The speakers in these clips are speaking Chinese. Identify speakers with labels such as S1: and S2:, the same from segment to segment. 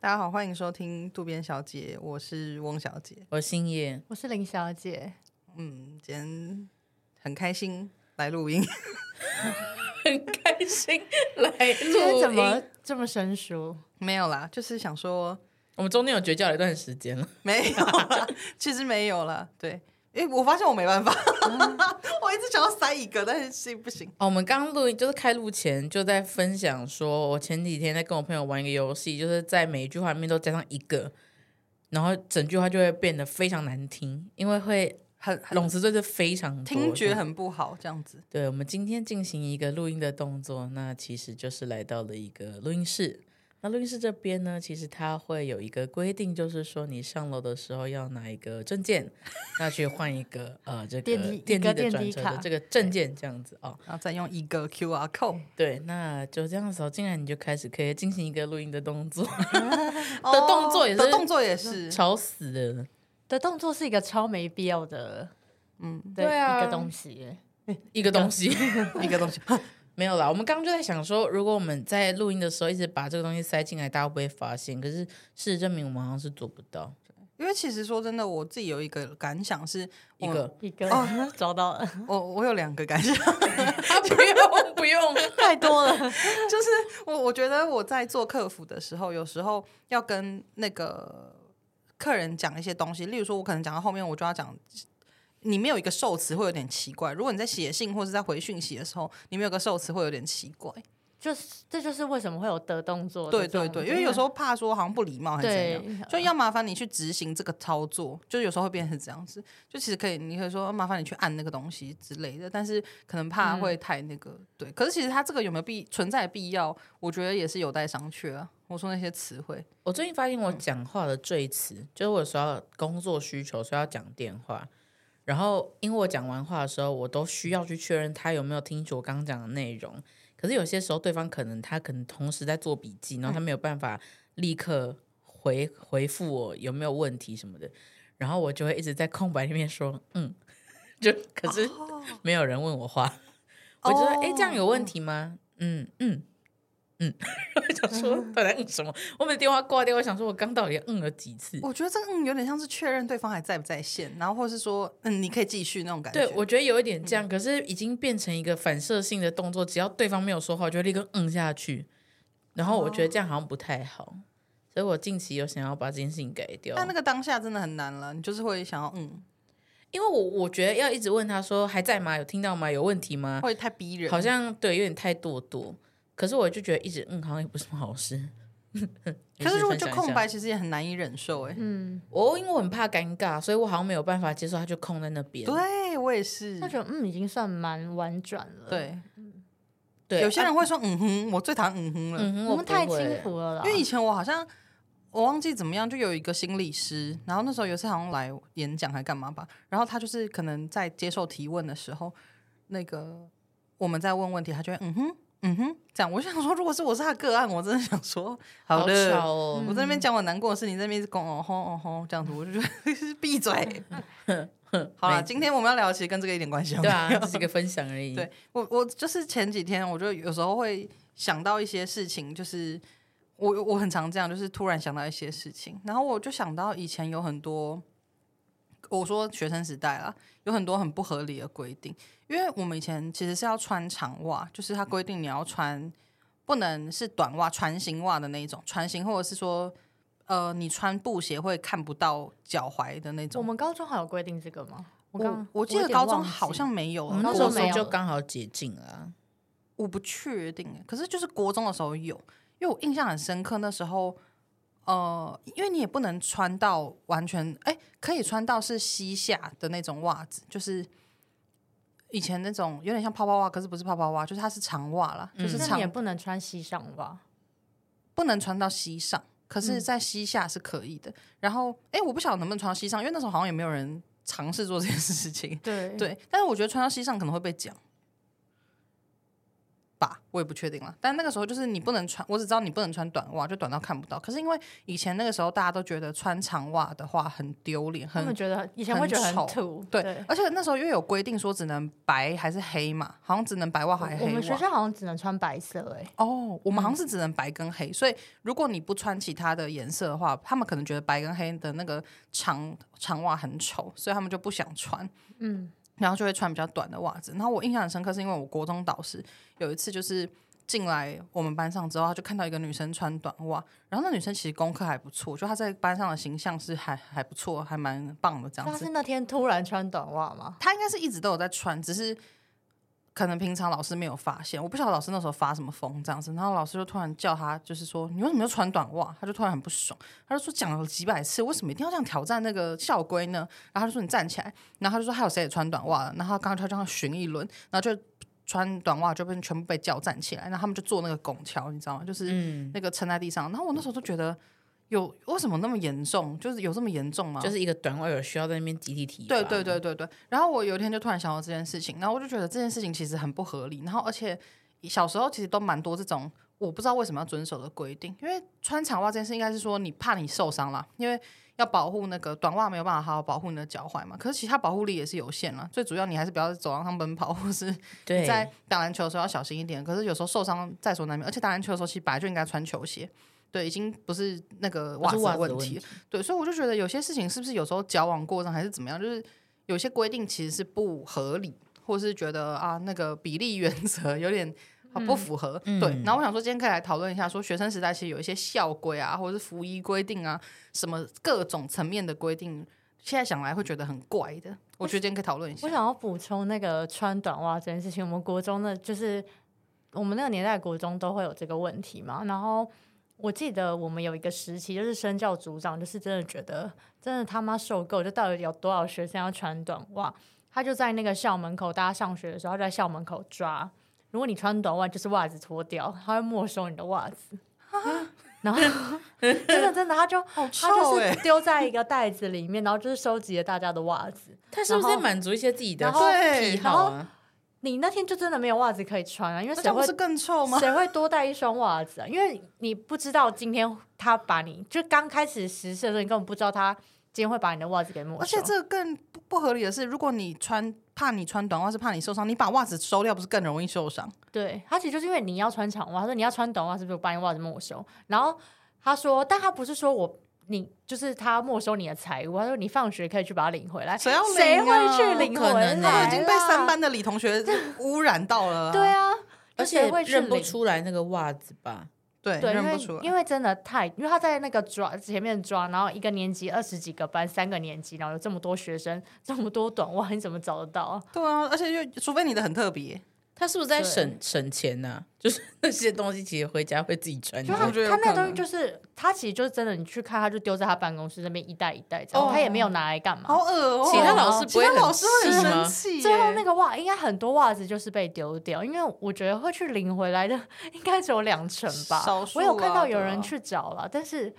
S1: 大家好，欢迎收听渡边小姐，我是翁小姐。
S2: 我姓叶，
S3: 我是林小姐，
S1: 嗯，今天很开心来录音，
S2: 很开心来
S3: 今天
S2: 录
S3: 怎么
S2: 音。
S3: 这么生疏？
S1: 没有啦，就是想说
S2: 我们中间有绝交了一段时间了，
S1: 没有啦， 其实没有啦。对，诶，我发现我没办法， 我一直想要塞一个，但是是不行。
S2: 哦，我们刚录音就是开录前就在分享说，我前几天在跟我朋友玩一个游戏，就是在每一句话里面都加上一个，然后整句话就会变得非常难听，因为会
S1: 很很
S2: 冗词赘字非常多，
S1: 听觉。很不好，这样子。
S2: 对，我们今天进行一个录音的动作，那其实就是来到了一个录音室。那录音室这边呢，其实它会有一个规定，就是说你上楼的时候要拿一个证件，那去换一个呃这个
S3: 电梯一
S2: 电
S3: 个
S2: 梯的
S3: 电
S2: 转
S3: 梯
S2: 车
S3: 卡
S2: 的这个证件这样子哦。
S1: 然后再用一个 QR code，
S2: 对，那就这样的时候，竟然你就开始可以进行一个录音的动 作，的动作也是
S1: 哦的动作也是，
S2: 吵死人了。
S3: 的动作是一个超没必要的，嗯，
S2: 对啊
S3: 一个东西。
S2: 一个东 西
S1: 一个东西。
S2: 没有啦，我们刚刚就在想说，如果我们在录音的时候一直把这个东西塞进来，大家会不会发现？可是事实证明，我们好像是做不到。
S1: 因为其实说真的，我自己有一个感想是，
S2: 一
S1: 我
S2: 个
S3: 一
S1: 哦
S3: 个找到 了，
S1: 我我有两个感想，
S2: 啊，不用不用，
S3: 太多了。
S1: 就是 我我觉得我在做客服的时候，有时候要跟那个客人讲一些东西，例如说，我可能讲到后面，我就要讲。里面有一个受词会有点奇怪，如果你在写信或是在回讯息的时候，里面有个受词会有点奇怪。
S3: 就是这就是为什么会有的动作的
S1: 对
S3: 这种，
S1: 对对，因为有时候怕说好像不礼貌还是怎样，
S3: 对
S2: 嗯
S1: 就要麻烦你去执行这个操作，就有时候会变成这样子。就其实可以，你可以说麻烦你去按那个东西之类的，但是可能怕
S2: 嗯
S1: 会太那个。对，可是其实它这个有没有必存在的必要，我觉得也是有待商榷啊。我说那些词汇，
S2: 我最近发现我讲话的赘词，就是我有时候工作需求，所以要讲电话。然后，因为我讲完话的时候，我都需要去确认他有没有听取我刚刚讲的内容。可是有些时候，对方可能他可能同时在做笔记，然后他没有办法立刻回回复我有没有问题什么的，然后我就会一直在空白里面说嗯， 就可是没有人问我话，我就说哎、诶这样有问题吗？嗯嗯嗯， 然后想说到底在嗯什么？我把电话挂掉，我想说我刚到底嗯了几次？
S1: 我觉得这嗯有点像是确认对方还在不在线，然后或是说嗯你可以继续那种感觉。嗯
S2: 对，我觉得有一点这样，可是已经变成一个反射性的动作，只要对方没有说话，我就立刻嗯下去。然后我觉得这样好像不太好，所以我近期有想要把这件事情改掉。
S1: 但那个当下真的很难了，你就是会想要嗯，
S2: 因为我我觉得要一直问他说还在吗？有听到吗？有问题吗？
S1: 会太逼人。
S2: 好像对，有点太咄咄。可是我就觉得一直嗯，好像也不是什么好事。
S1: 可是如果就空白，
S2: 也分享一下，
S1: 其实也很难以忍受哎、
S3: 嗯，
S2: 我因为我很怕尴尬，所以我好像没有办法接受他就空在那边。
S1: 对我也是
S3: 那，种嗯已经算蛮婉转了。，
S1: 对。
S2: 对，
S1: 有些
S2: 啊
S1: 人会说嗯哼，我最讨厌嗯哼了，
S2: 嗯哼，
S3: 我们
S2: 不
S3: 太
S2: 会
S3: 轻浮了啦。
S1: 因为以前我好像我忘记怎么样，就有一个心理师，然后那时候有一次好像来演讲还干嘛吧，然后他就是可能在接受提问的时候，那个我们在问问题，他就会嗯哼嗯哼这样。我想说，如果是我是他个案，我真的想说
S2: 好
S1: 的。
S2: 吵哦。
S3: 嗯
S1: 我在那边讲我难过的事情，你在那边一直拱哦吼哦吼这样子，我就觉得 闭 嘴。好了，
S2: 没
S1: 今天我们要聊，其实跟这个一点关系都没
S2: 对
S1: 有。
S2: 啊，只是一个分享而已。
S1: 对我，我就是前几天，我就有时候会想到一些事情，就是我我很常这样，就是突然想到一些事情，然后我就想到以前有很多，我说学生时代啊，有很多很不合理的规定，因为我们以前其实是要穿长袜，就是它规定你要穿，不能是短袜、船型袜的那一种，船型或者是说，呃，你穿布鞋会看不到脚踝的那
S3: 我
S1: 种。
S3: 们高中还有规定这个吗？我
S1: 我
S3: 刚
S1: 我记
S3: 有
S1: 得
S3: 点
S1: 高中
S3: 忘记嗯
S1: 好像没有
S2: 我
S1: 啊，
S2: 们那
S3: 高
S2: 时
S3: 中
S2: 候
S3: 没有
S2: 就
S3: 了
S2: 刚好解禁了啊。
S1: 我不确定欸，可是就是国中的时候有，因为我印象很深刻，那时候，呃，因为你也不能穿到完全，哎、可以穿到是膝下的那种袜子，就是以前那种有点像泡泡袜，可是不是泡泡袜，就是它是长袜啦，就是
S3: 嗯那
S1: 长
S3: 你也不能穿西上吧？
S1: 不能穿到膝上，可
S3: 嗯
S1: 是，在膝下是可以的。然后，哎、我不晓得能不能穿到膝上，因为那时候好像也没有人尝试做这件事情。
S3: 对，
S1: 对，但是我觉得穿到膝上可能会被讲。吧，我也不确定了。但那个时候就是你不能穿，我只知道你不能穿短袜，就短到看不到。可是因为以前那个时候大家都觉得穿长袜的话很丢脸，
S3: 他
S1: 很
S3: 们觉得以前会觉得很土，
S1: 对，而且那时候因为有规定说只能白还是黑嘛，好像只能白袜还是
S3: 我
S1: 黑
S3: 们学
S1: 袜。
S3: 校好像只能穿白色、欸，哎，
S1: 哦，我们好像是只能白跟黑，所以如果你不穿其他的颜色的话，他们可能觉得白跟黑的那个长长袜很丑，所以他们就不想穿，
S3: 嗯，
S1: 然后就会穿比较短的袜子。然后我印象很深刻，是因为我国中导师有一次就是进来我们班上之后，他就看到一个女生穿短袜，然后那女生其实功课还不错，就她在班上的形象是还还不错，还蛮棒的这样
S3: 但
S1: 子
S3: 是。那天突然穿短袜吗？
S1: 他应该是一直都有在穿，只是可能平常老师没有发现。我不晓得老师那时候发什么疯这样子，然后老师就突然叫他，就是说你为什么要穿短袜？他就突然很不爽，他就说讲了几百次，为什么一定要这样挑战那个校规呢？然后他就说你站起来，然后他就说还有谁也穿短袜了，然后刚刚就这样巡一轮，然后就。穿短袜就被全部被叫站起来，然后他们就做那个拱桥，你知道吗？就是
S2: 嗯，
S1: 那个撑在地上。然后我那时候都觉得有为什么那么严重，就是有这么严重吗？
S2: 就是一个短袜有需要在那边集体体
S1: 对对对对对。然后我有一天就突然想到这件事情，然后我就觉得这件事情其实很不合理。然后而且小时候其实都蛮多这种我不知道为什么要遵守的规定，因为穿长袜这件事应该是说你怕你受伤啦，因为要保护那个短袜没有办法好好保护你的脚踝嘛。可是其实它保护力也是有限啦，最主要你还是不要在走廊上奔跑，或是
S2: 对，
S1: 在打篮球的时候要小心一点。可是有时候受伤在所难免，而且打篮球的时候其实本来就应该穿球鞋。对，已经不是那个袜
S2: 不
S1: 子
S2: 是袜
S1: 的
S2: 子的
S1: 问
S2: 问
S1: 题了，对，所以我就觉得有些事情是不是有时候矫枉过正还是怎么样，就是有些规定其实是不合理，或是觉得啊那个比例原则有点。啊不符合、对。然后我想说，今天可以来讨论一下，说学生时代其实有一些校规啊，或者是服役规定啊，什么各种层面的规定，现在想来会觉得很怪的。我觉得今天可以讨论一下
S3: 我。想要哦补充那个穿短袜这件事情，我们国中的就是我们那个年代的国中都会有这个问题嘛。然后我记得我们有一个时期，就是身教组长，就是真的觉得真的他妈受够，就到底有多少学生要穿短袜？他就在那个校门口，大家上学的时候，他就在校门口抓。如果你穿短袜，就是袜子脱掉，他会没收你的袜子。 然后真的真的，他就他
S1: 臭
S3: 就
S1: 欸
S3: 是丢在一个袋子里面，然后就是收集了大家的袜子。
S2: 他是不是在
S3: 然后
S2: 满足一些自己的
S3: 然后
S1: 对
S2: 癖好啊？
S3: 你那天就真的没有袜子可以穿啊，因为
S1: 那这
S3: 谁
S1: 样不
S3: 会
S1: 是更臭吗？
S3: 谁会多带一双袜子啊？因为你不知道今天他把你就刚开始实施的时候，你根本不知道他今天会把你的袜子给没收。
S1: 而且这个更不不合理的是，如果你穿怕你穿短袜是怕你受伤，你把袜子收掉不是更容易受伤？
S3: 对他其实就是因为你要穿长袜，他说你要穿短袜，是不是我把你袜子没收？然后他说，但他不是说我你就是他没收你的财物，他说你放学可以去把它领回来，
S1: 谁要领啊
S3: 谁会去领
S2: 不
S3: 回
S2: 可
S3: 来
S2: 能
S1: 他
S3: 啦？
S1: 都已经被三班的李同 学污染到了、
S3: 对啊，
S2: 而
S3: 就谁
S2: 且
S3: 会去
S2: 认不
S3: 领
S2: 出来那个袜子吧？
S1: 对
S3: 对，因
S1: 认不
S3: 为
S1: 出来。
S3: 因为真的太，因为他在那个抓前面抓，然后一个年级二十几个班，三个年级，然后有这么多学生，这么多短袜，你怎么找得到啊？
S1: 对啊，而且又除非你的很特别，
S2: 他是不是在
S3: 对
S2: 省省钱呢、就是 那些东西其实回家会自己穿
S3: 就
S2: 的。
S3: 他
S1: 我觉得有
S3: 他那
S1: 可
S3: 个东西
S1: 能
S3: 就是他其实就是真的，你去看他就丢在他办公室那边一袋一袋这样，
S1: 哦
S3: 他也没有拿来干嘛。
S1: 好恶哦、
S2: 其他老师不
S1: 其
S2: 会
S1: 他
S2: 很
S1: 老师会
S2: 气
S1: 很生
S2: 吗
S1: 气耶。
S3: 最后那个袜应该很多袜子就是被丢掉，因为我觉得会去领回来的 应该只有两成吧
S1: 少。数
S3: 我有看
S1: 啊
S3: 到
S1: 对
S3: 有
S1: 啊
S3: 人去找了，但是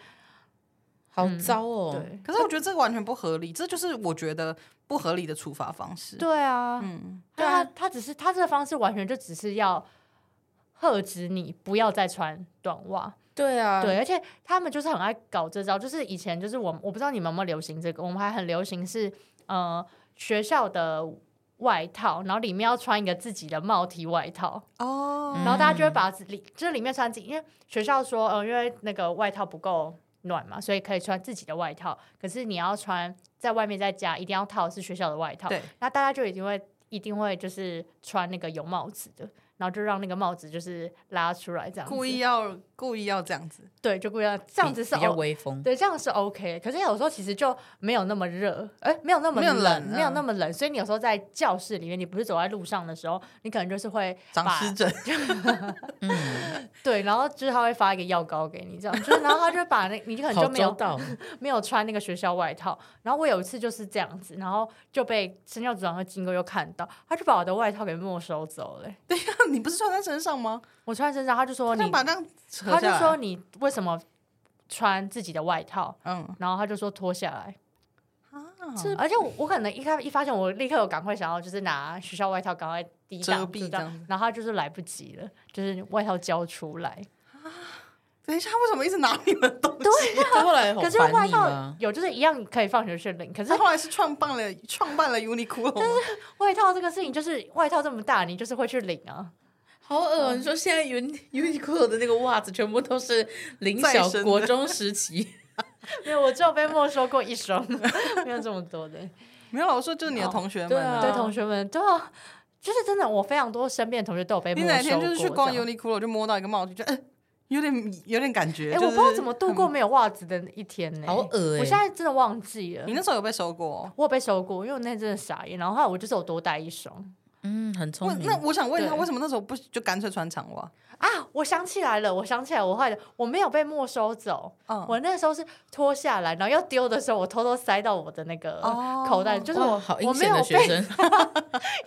S2: 好糟哦！
S3: 嗯对
S1: 可是我觉得这个完全不合理，这就是我觉得不合理的处罚方式。
S3: 对啊，
S1: 嗯，
S3: 对
S2: 对
S3: 他
S2: 啊，
S3: 他只是他这个方式完全就只是要喝止你不要再穿短袜。
S2: 对啊，
S3: 对，而且他们就是很爱搞这招，就是以前就是我们我不知道你们有没有流行这个，我们还很流行是呃学校的外套，然后里面要穿一个自己的帽 T 外套，
S1: 哦
S3: 嗯然后大家就会把自里就是里面穿自己，因为学校说呃因为那个外套不够。暖嘛，所以可以穿自己的外套。可是你要穿在外面，在家一定要套的是学校的外套。
S1: 对，
S3: 那大家就一定会一定会就是穿那个有帽子的，然后就让那个帽子就是拉出来这样子，
S1: 故意要故意要这样子，
S3: 对，就故意要这样子是
S2: 比比较
S3: O，
S2: 威风。
S3: 对，这样是 OK。可是有时候其实就没有那么热，哎、没有那么
S1: 没有
S3: 冷，
S1: 冷
S3: 没有
S1: 嗯
S3: 那么冷，所以你有时候在教室里面，你不是走在路上的时候，你可能就是会
S1: 长
S3: 把
S1: 湿疹。
S2: 嗯
S3: 对，然后就是他会发一个药膏给你，这样，就是然后他就把那你可能
S2: 好
S3: 就没
S2: 周
S3: 有
S2: 到，哦
S3: 没有穿那个学校外套。然后我有一次就是这样子，然后就被身教组长和经过又看到，他就把我的外套给没收走了、欸
S1: 你不是穿在身上吗？
S3: 我穿身上，他就说
S1: 他这样
S3: 你
S1: 把那样扯
S3: 他就
S1: 下来
S3: 说你为什么穿自己的外套？
S1: 嗯
S3: 然后他就说脱下来，
S1: 啊，
S3: 而且我我可能一开一发现，我立刻有赶快想要就是拿学校外套赶快抵
S1: 遮
S3: 挡
S1: 蔽
S3: 住
S1: 这样子
S3: 然后他就是来不及了，就是外套交出来。
S1: 等一下，为什么一直拿你们东西？
S2: 他后来有
S3: 可是
S2: 还
S3: 外
S2: 你
S3: 套
S2: 吗？
S3: 有就是一样可以放学去领，可是
S1: 他后来是创办了创办了 Uniqlo，吗
S3: 外套这个事情就是外套这么大，你就是会去领啊。
S2: 好恶、哦！你说现在 Uni Uniqlo 的那个袜子全部都是林
S1: 再
S2: 小
S1: 生的
S2: 国中时期，
S3: 没有，我只有被没收过一 双，没有这么多的。
S1: 没有老师说就是你的
S3: 哦
S1: 同学
S2: 对
S1: 们啊
S2: 啊
S3: 对同学们都要，就是真的，我非常多身边的同学都有被没
S1: 你
S3: 收
S1: 哪天就是去逛
S3: 过这样
S1: Uniqlo 就摸到一个帽子，就哎、有点有点感觉。
S3: 哎、
S1: 就
S3: 我不知道
S1: 是
S3: 怎么度过没有袜子的一天呢、
S2: 好恶
S3: 我现
S2: 欸！
S3: 在真的忘记了
S1: 你。那时候有被收过？
S3: 我有被收过，因为我那天真的傻眼，然后后来我就是有多带一双
S2: 嗯，很
S1: 我
S2: 聪明
S1: 那。我想问他，
S3: 对
S1: 为什么那时候不就干脆穿长袜？
S3: 啊！我想起来了，我想起来，我坏了，我没有被没收走，
S1: 嗯，
S3: 我那时候是脱下来，然后要丢的时候，我偷偷塞到我的那个
S1: 哦
S3: 口袋，就是
S2: 哇
S3: 我
S2: 好
S3: 我
S2: 阴
S3: 没
S2: 险
S3: 有
S2: 的学
S3: 被，
S2: 生，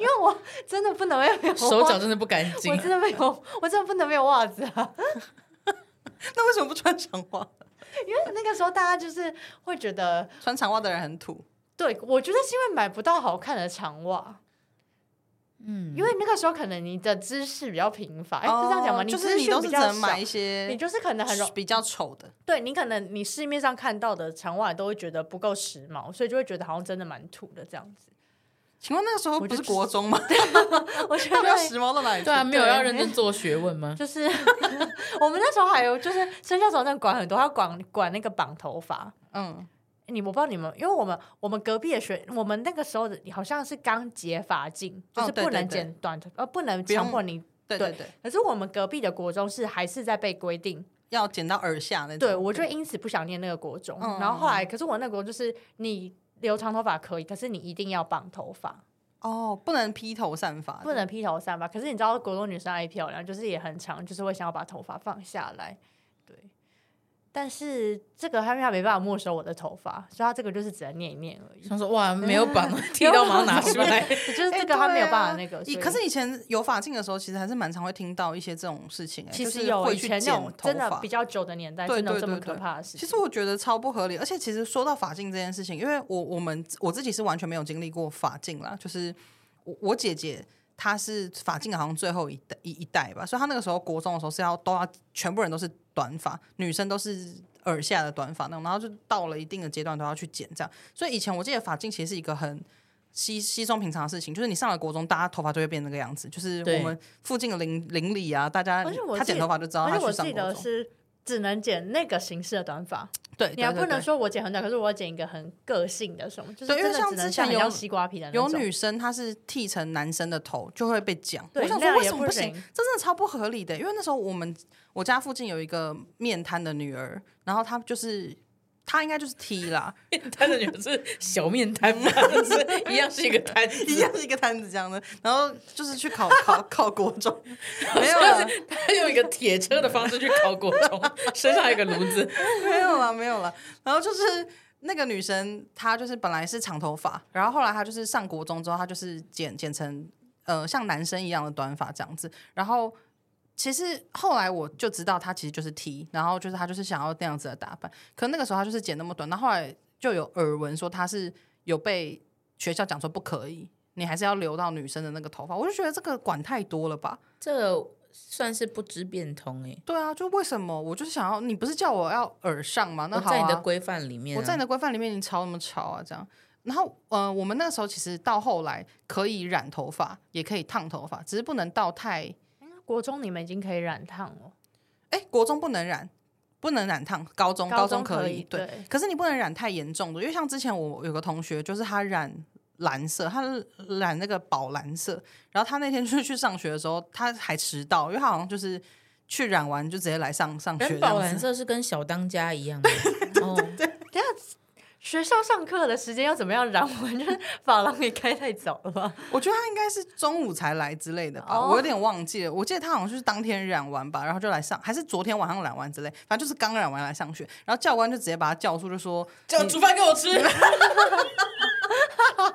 S3: 因为我真的不能没有
S2: 手脚
S3: 袜
S2: 真的不干净
S3: 我。真的没有，我真的不能没有袜子啊。
S1: 那为什么不穿长袜？
S3: 因为那个时候大家就是会觉得，
S1: 穿长袜的人很土。
S3: 对我觉得是因为买不到好看的长袜，
S2: 嗯，
S3: 因为那个时候可能你的知识比较贫乏，哎、
S1: 哦
S3: 是这样讲吗？
S1: 就
S3: 知
S1: 是
S3: 识
S1: 都是
S3: 比
S1: 只
S3: 较
S1: 能
S3: 少
S1: 买一
S3: 你
S1: 些
S3: 就是可能很容，
S1: 比较丑的。
S3: 对你可能你市面上看到的长袜都会觉得不够时髦，所以就会觉得好像真的蛮土的这样子。
S1: 请问那个时候
S3: 我
S1: 不
S3: 就是
S1: 国中吗？
S3: 我觉
S1: 他 们要
S3: 得
S1: 时髦到哪里去？
S2: 对啊，没有
S3: 对
S2: 要认真做学问吗？
S3: 就是 我们那时候还有就是生肖早那管很多，他管管那个绑头发，
S1: 嗯，
S3: 你我不知道你们，因为我们我们隔壁的学，我们那个时候的好像是刚解法禁，
S1: 哦
S3: 就是
S1: 对
S3: 不能
S1: 对对
S3: 剪短头，呃，不能
S1: 不用
S3: 强迫你。
S1: 对对对，
S3: 可是我们隔壁的国中是还是在被规定，
S1: 要剪到耳下那种。
S3: 对我就因此不想念那个国中。
S1: 嗯
S3: 然后后来，可是我那个国中就是你留长头发可以，可是你一定要绑头发，
S1: 哦，不能披头散发，
S3: 不能披头散发。可是你知道国中女生爱漂亮，就是也很长，就是会想要把头发放下来，对。但是这个他们他没办法没收我的头发，所以他这个就是只能念一念 而已。
S2: 想说哇，没有绑，剃刀马上拿出来。
S3: 就是
S1: 哎
S3: 这个他没有
S1: 对啊
S3: 办法那个。
S1: 以
S3: 所以
S1: 可是以前有法镜的时候，其实还是蛮常会听到一些这种事情、哎，
S3: 其
S1: 就是
S3: 实有
S1: 会
S3: 以
S1: 去
S3: 前那
S1: 剪
S3: 种
S1: 头
S3: 真的
S1: 发
S3: 比较久的年代，
S1: 对
S3: 真的有
S1: 对
S3: 这么
S1: 对
S3: 可
S1: 对
S3: 怕的事
S1: 其
S3: 情。
S1: 实我觉得超不合理，而且其实说到法镜这件事情，因为我我们我自己是完全没有经历过法镜啦，就是我我姐姐她是法镜好像最后一代一一代吧，所以她那个时候国中的时候是要都要全部人都是短发，女生都是耳下的短发那种，然后就到了一定的阶段都要去剪这样，所以以前我记得法镜其实是一个很。稀稀松平常的事情，就是你上了国中，大家头发就会变那个样子。就是
S2: 对
S1: 我们附近的邻邻里啊，大家
S3: 而且我
S1: 他
S3: 记
S1: 剪头发就知道
S3: 而
S1: 他
S3: 且我
S1: 去上
S3: 记
S1: 国
S3: 得
S1: 中。
S3: 是只能剪那个形式的短发，
S1: 对，对
S3: 你还
S1: 对
S3: 不能
S1: 对
S3: 说我剪很短，可是我要剪一个很个性的什么，就是
S1: 对因为
S3: 真的
S1: 像
S3: 只能
S1: 之前
S3: 像很
S1: 有
S3: 像西瓜皮的那
S1: 有
S3: 种。
S1: 女生她是剃成男生的头就会被讲，
S3: 对
S1: 我想
S3: 那
S1: 说
S3: 样
S1: 为
S3: 也
S1: 什么
S3: 不
S1: 行？
S3: 行
S1: 这真的超不合理的。因为那时候我们我家附近有一个面瘫的女儿，然后她就是她应该就是剃 啦，
S2: 他的女儿是小面瘫嘛，就是一样是一个瘫子，
S1: 一样是一个摊子这样的，然后就是去考考考国 中，没有啦，
S2: 他用一个铁车的方式去烤果冻，身上还有一个炉子。
S1: 没有啦，没有啦。然后就是那个女生，她就是本来是长头发，然后后来她就是上国中之后，她就是剪剪成呃像男生一样的短发这样子，然后。其实后来我就知道她其实就是 T，然后就是她就是想要那样子的打扮，可那个时候她就是剪那么短，那后来就有耳闻说她是有被学校讲说不可以，你还是要留到女生的那个头发，我就觉得这个管太多了吧？
S2: 这个算是不知变通哎、
S1: 对啊，就为什么我就是想要，你不是叫我要耳上吗？那
S2: 我
S1: 好、啊，
S2: 在你的规范里面啊、
S1: 我在你的规范里面，你吵什么吵啊？这样。然后，呃，我们那时候其实到后来可以染头发，也可以烫头发，只是不能到太……
S3: 国中你们已经可以染烫了，
S1: 哎，国中不能染，不能染烫，高中
S3: 高
S1: 中
S3: 中可
S1: 以，
S3: 以
S1: 对。
S3: 对
S1: 可是你不能染太严重的，因为像之前我有个同学，就是他染蓝色，他染那个宝蓝色，然后他那天 就是去上学的时候，他还迟到，因为他好像就是去染完就直接来上上学这
S2: 人
S1: 样子。
S2: 宝蓝色是跟小当家一样 的，哦，
S3: 学校上课的时间要怎么样染？我 觉得发廊也开太早了吧？
S1: 我觉得他应该是中午才来之类的吧
S3: 哦
S1: 我有点忘记了。我记得他好像就是当天染完吧，然后就来上，还是昨天晚上染完之类，反正就是刚染完来上学。然后教官就直接把他叫出，就说
S2: 叫煮饭给我吃。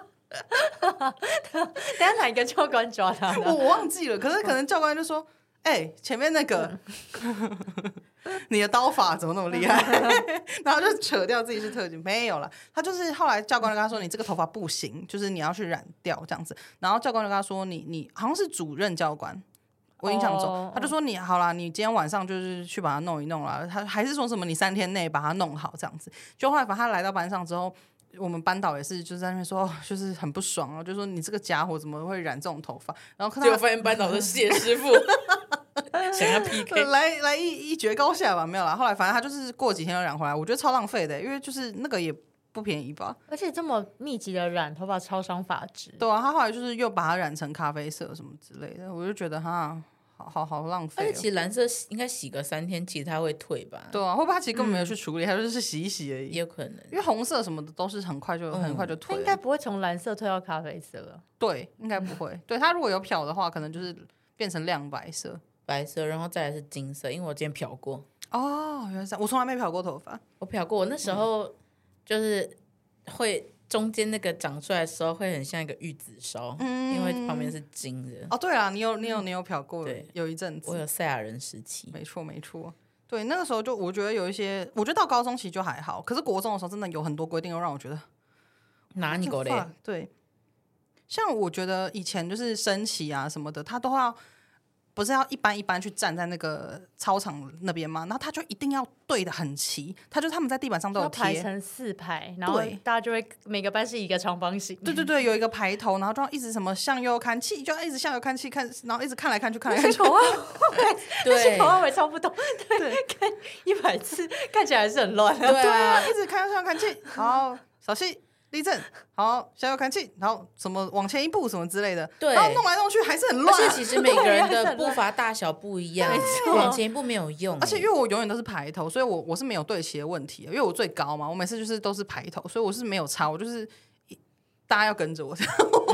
S3: 等下哪一个教官抓他
S1: 我
S3: 的？
S1: 我忘记了，可是可能教官就说：“哎、前面那个， 你的刀法怎么那么厉害？然后就扯掉自己是特警，没有了。他就是后来教官就跟他说，你这个头发不行，就是你要去染掉这样子。然后教官就跟他说，你你好像是主任教官。我印象中
S3: 哦
S1: 他就说你好啦，你今天晚上就是去把它弄一弄啦。他还是说什么你三天内把它弄好这样子。就后来反正他来到班上之后，我们班导也是就在那边说，哦就是很不爽啊，就说你这个家伙怎么会染这种头发？然后看
S2: 结
S1: 到他
S2: 果发现班导是谢师 傅，想要 PK，
S1: 来来一一决高下吧，没有啦。后来反正他就是过几天又染回来，我觉得超浪费的，因为就是那个也不便宜吧。
S3: 而且这么密集的染头发超伤发质。
S1: 对啊，他后来就是又把它染成咖啡色什么之类的，我就觉得哈，好好好浪 费
S2: 而且
S1: 哦、
S2: 其实蓝色洗应该洗个三天，其实它会退吧，
S1: 对啊，会不会他其实根本没有去处理，他就是洗一洗而已
S2: 嗯也。有嗯可能。
S1: 因为红色什么的都是很快就、很快就
S3: 它
S1: 退了，
S3: 应该不会从蓝色退到咖啡色了。
S1: 对，应该不会。对他如果有漂的话，可能就是变成亮白色。
S2: 白色，然后再来是金色，因为我今天漂过，
S1: 哦，原来是这样，我从来没漂过头发。
S2: 我漂过，我那时候就是会中间那个长出来的时候会很像一个玉子烧，
S1: 嗯
S2: 因为旁边是金的。
S1: 哦，对啊，你有你有你有漂过
S2: 嗯对，
S1: 有一阵子
S2: 我。有赛亚人时期，
S1: 没错，没错。对，那个时候就我觉得有一些，我觉得到高中其实就还好，可是国中的时候真的有很多规定，又让我觉得
S2: 哪你 狗嘞？
S1: fuck，对，像我觉得以前就是升旗啊什么的，他都要不是要一班一班去站在那个操场那边嘛，然后他就一定要对的很齐，他就他们在地板上都有
S3: 要排
S1: 贴，
S3: 成四排，然后
S1: 对
S3: 大家就会每个班是一个长方形。
S2: 嗯
S1: 对对对，有一个排头，然后就要一直什么向右看齐，就要一直向右看齐，看，然后一直看来看去，看来看去。
S3: 口号，
S2: 对
S3: 口
S2: 啊
S3: 号我也超不懂。对，看一百次看起来还是很乱的。
S2: 对啊，
S1: 一直看向右看去，好，小心立正，好向右看去，然后什么往前一步什么之类的，
S2: 对
S1: 然后弄来弄去还是很
S2: 而
S1: 乱
S2: 且
S1: 啊、
S2: 其实每个人的步伐大小不一样，往前一步没有用。
S1: 而且因为我永远都是排头，所以我我是没有对齐的问题的，因为我最高嘛，我每次就是都是排头，所以我是没有差，我就是一大家要跟着我，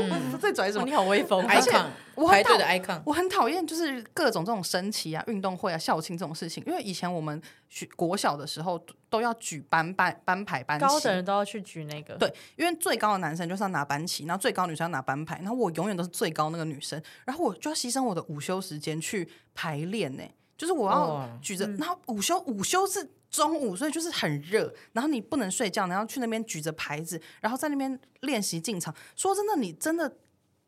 S2: 嗯
S1: 我最拽什
S3: 哇
S2: 哦
S1: 么
S3: 你？好威风啊，
S1: 而且
S2: icon
S1: 我
S2: 排
S1: 很
S2: 队的
S1: 讨
S2: icon，
S1: 我很讨厌就是各种这种升旗啊、运动会啊、校庆这种事情，因为以前我们学国小的时候都要举班班班牌班旗，
S3: 高的人都要去举那个。
S1: 对，因为最高的男生就是要拿班旗，然后最高女生要拿班牌，然后我永远都是最高那个女生，然后我就要牺牲我的午休时间去排练呢、就是我要
S3: 哦
S2: 哇
S1: 举着，
S3: 嗯
S1: 然后午休午休是中午，所以就是很热，然后你不能睡觉，然后去那边举着牌子，然后在那边练习进场。说真的，你真的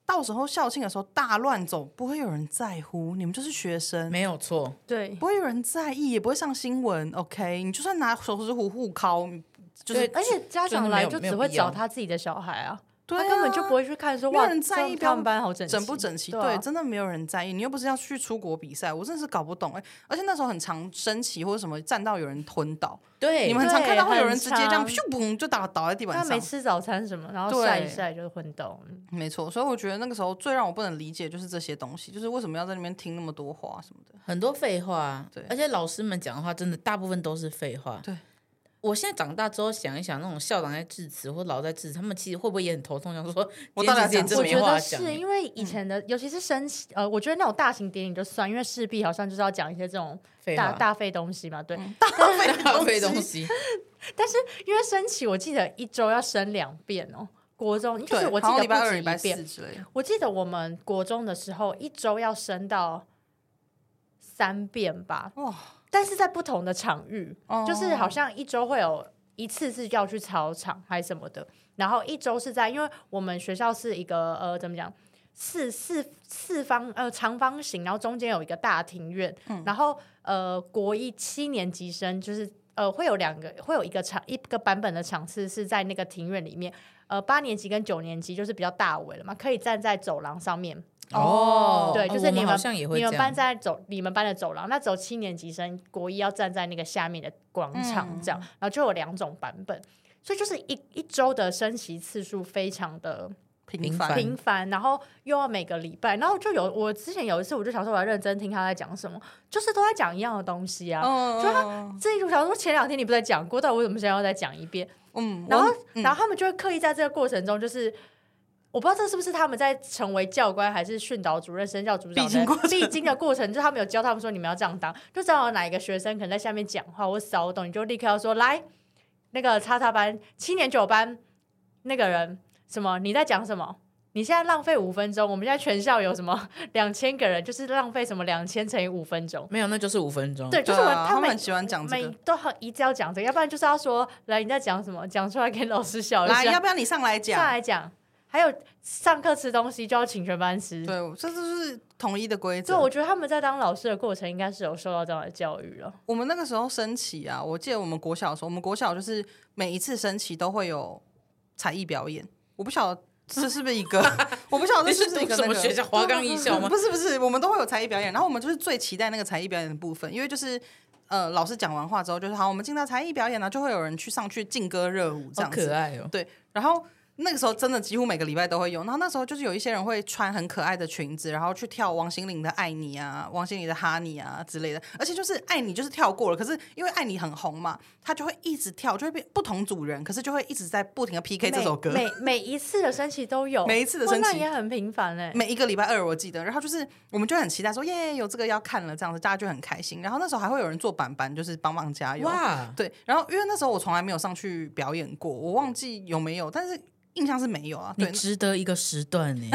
S1: 到时候校庆的时候大乱走，不会有人在乎，你们就是学生。
S2: 没有错。
S3: 对，
S1: 不会有人在意，也不会上新闻。OK，你就算拿手指虎互敲，就是
S2: 对
S3: 而且家
S2: 真的
S3: 长
S2: 没
S3: 来
S2: 有
S3: 就
S2: 没
S3: 只
S2: 有
S3: 会
S2: 必要
S3: 找他自己的小孩啊，
S1: 对
S3: 哎他根本
S1: 啊
S3: 就不会去看说
S1: 没有
S3: 哇，
S1: 人在意
S3: 这
S1: 标
S3: 他们班好整
S1: 整不整齐？
S3: 对
S1: 对，
S3: 啊
S1: 真的没有人在意。你又不是要去出国比赛，我真的是搞不懂哎、而且那时候很常升旗或者什么，站到有人昏倒，
S2: 对，
S1: 你们很常
S3: 对
S1: 看到会有
S3: 很
S1: 人直接这样
S3: 常啊
S1: 咻嘣就倒倒在地板
S3: 他
S1: 上
S3: 没。吃早餐什么，然后
S1: 对
S3: 晒一晒就昏倒。嗯
S1: 没错，所以我觉得那个时候最让我不能理解就是这些东西，就是为什么要在那边听那么多话什么的。
S2: 很多废话，
S1: 对
S2: 而且老师们讲的话真的大部分都是废话。
S1: 对，
S2: 我现在长大之后想一想，那种校长在致辞或老师在致辞，他们其实会不会也很头痛，想说
S1: 我到底要
S2: 今天
S1: 讲
S2: 这
S1: 什
S2: 些
S1: 么
S2: 真没
S3: 我觉
S2: 话
S3: 得
S2: 讲
S3: 是因为以
S1: 嗯
S3: 前的，尤其是升旗，呃，我觉得那种大型典礼就算，因为势必好像就是要讲一些这种
S2: 废
S3: 大
S2: 话
S3: 大费东西嘛，对。
S1: 嗯
S2: 大废东西，
S3: 但是因为升旗，我记得一周要升两遍哦。国中就是
S1: 对，
S3: 我记
S1: 好像
S3: 得
S1: 礼拜
S3: 不
S1: 二、
S3: 止
S1: 礼拜
S3: 一
S1: 四
S3: 遍，
S1: 之类的。
S3: 我记得我们国中的时候一周要升到三遍吧，
S1: 哇，
S3: 但是在不同的场域，
S1: 哦
S3: 就是好像一周会有一次是要去操场还是什么的，然后一周是在，因为我们学校是一个呃怎么讲四四四方呃长方形，然后中间有一个大庭院，然后呃国一七年级生就是。呃，会有两个，会有一个场一个版本的场次是在那个庭院里面。呃，八年级跟九年级就是比较大尾了嘛，可以站在走廊上面
S2: 哦
S3: 对，就是
S2: 我
S3: 你
S2: 们
S3: 们
S2: 好像也会
S3: 你们
S2: 这样
S3: 班在走你们班的走廊，那走七年级生国一要站在那个下面的广
S2: 嗯
S3: 场这样，然后就有两种版本，所以就是一一周的升旗次数非常的
S1: 平
S2: 平
S1: 凡
S2: 凡
S3: 频繁，然后又要每个礼拜，然后就有我之前有一次我就想说我要认真听他在讲什么，就是都在讲一样的东西
S2: 哦
S3: 啊。
S1: 嗯，
S3: 就
S1: 他
S3: 这一路想说前两天你不是在讲过，但我为什么现在要再讲一遍？
S1: 嗯，
S3: 然后
S1: 我，嗯
S3: 然后他们就会刻意在这个过程中，就是我不知道这是不是他们在成为教官还是训导主任、身教组长
S1: 必经过
S3: 的
S1: 程
S3: 必经的过程，就是他们有教他们说你们要这样当，就知道有哪一个学生可能在下面讲话或骚动，你就立刻要说来那个叉叉班七年九班那个人什么你在讲什么。你现在浪费五分钟，我们现在全校有什么两千个人，就是浪费什么两千乘以五分钟。
S2: 没有，那就是五分钟。
S3: 对，就是
S1: 对
S3: 我、
S1: 啊他
S3: 们
S1: 们很喜欢讲这个
S3: 每都很一定要讲这个，要不然就是要说来你在讲什么，讲出来给老师笑一
S1: 来，
S3: 下。
S1: 要不要你上来
S3: 上
S1: 讲？
S3: 来讲，还有上课吃东西就要请全班吃。
S1: 对，这就是统一的规
S3: 对，
S1: 则。
S3: 我觉得他们在当老师的过程，应该是有受到这样的教育啊了。
S1: 我们那个时候升旗啊，我记得我们国小的时候，我们国小就是每一次升旗都会有才艺表演。我不晓得这是不是一 个，我不晓得
S2: 你
S1: 这
S2: 是
S1: 不是一
S2: 读
S1: 个
S2: 什
S1: 那
S2: 么
S1: 个
S2: 学校？华冈艺 校吗？
S1: 不是不是，我们都会有才艺表演，然后我们就是最期待那个才艺表演的部分，因为就是呃，老师讲完话之后，就是好，我们进到才艺表演呢，啊就会有人去上去劲歌热舞这
S2: 好
S1: 样
S2: 可
S1: 子。
S2: 爱哦！
S1: 对，然后那个时候真的几乎每个礼拜都会有，然后那时候就是有一些人会穿很可爱的裙子，然后去跳王心凌的《爱你》啊、王心凌的《哈你》啊之类的，而且就是《爱你》就是跳过了，可是因为《爱你》很红嘛，他就会一直跳，就会变不同组人，可是就会一直在不停的 PK 这首歌。
S3: 每每每一次的升旗都有，
S1: 每一次的
S3: 哇
S1: 升旗嗯
S3: 那也很频繁哎、
S1: 每一个礼拜二我记得，然后就是我们就很期待说耶有这个要看了这样子，大家就很开心。然后那时候还会有人做板板，就是帮忙加油。
S2: 哇，
S1: 对，然后因为那时候我从来没有上去表演过，我忘记有没有，但是印象是没有啊。
S2: 你
S1: 对，
S2: 值得一个时段 呢，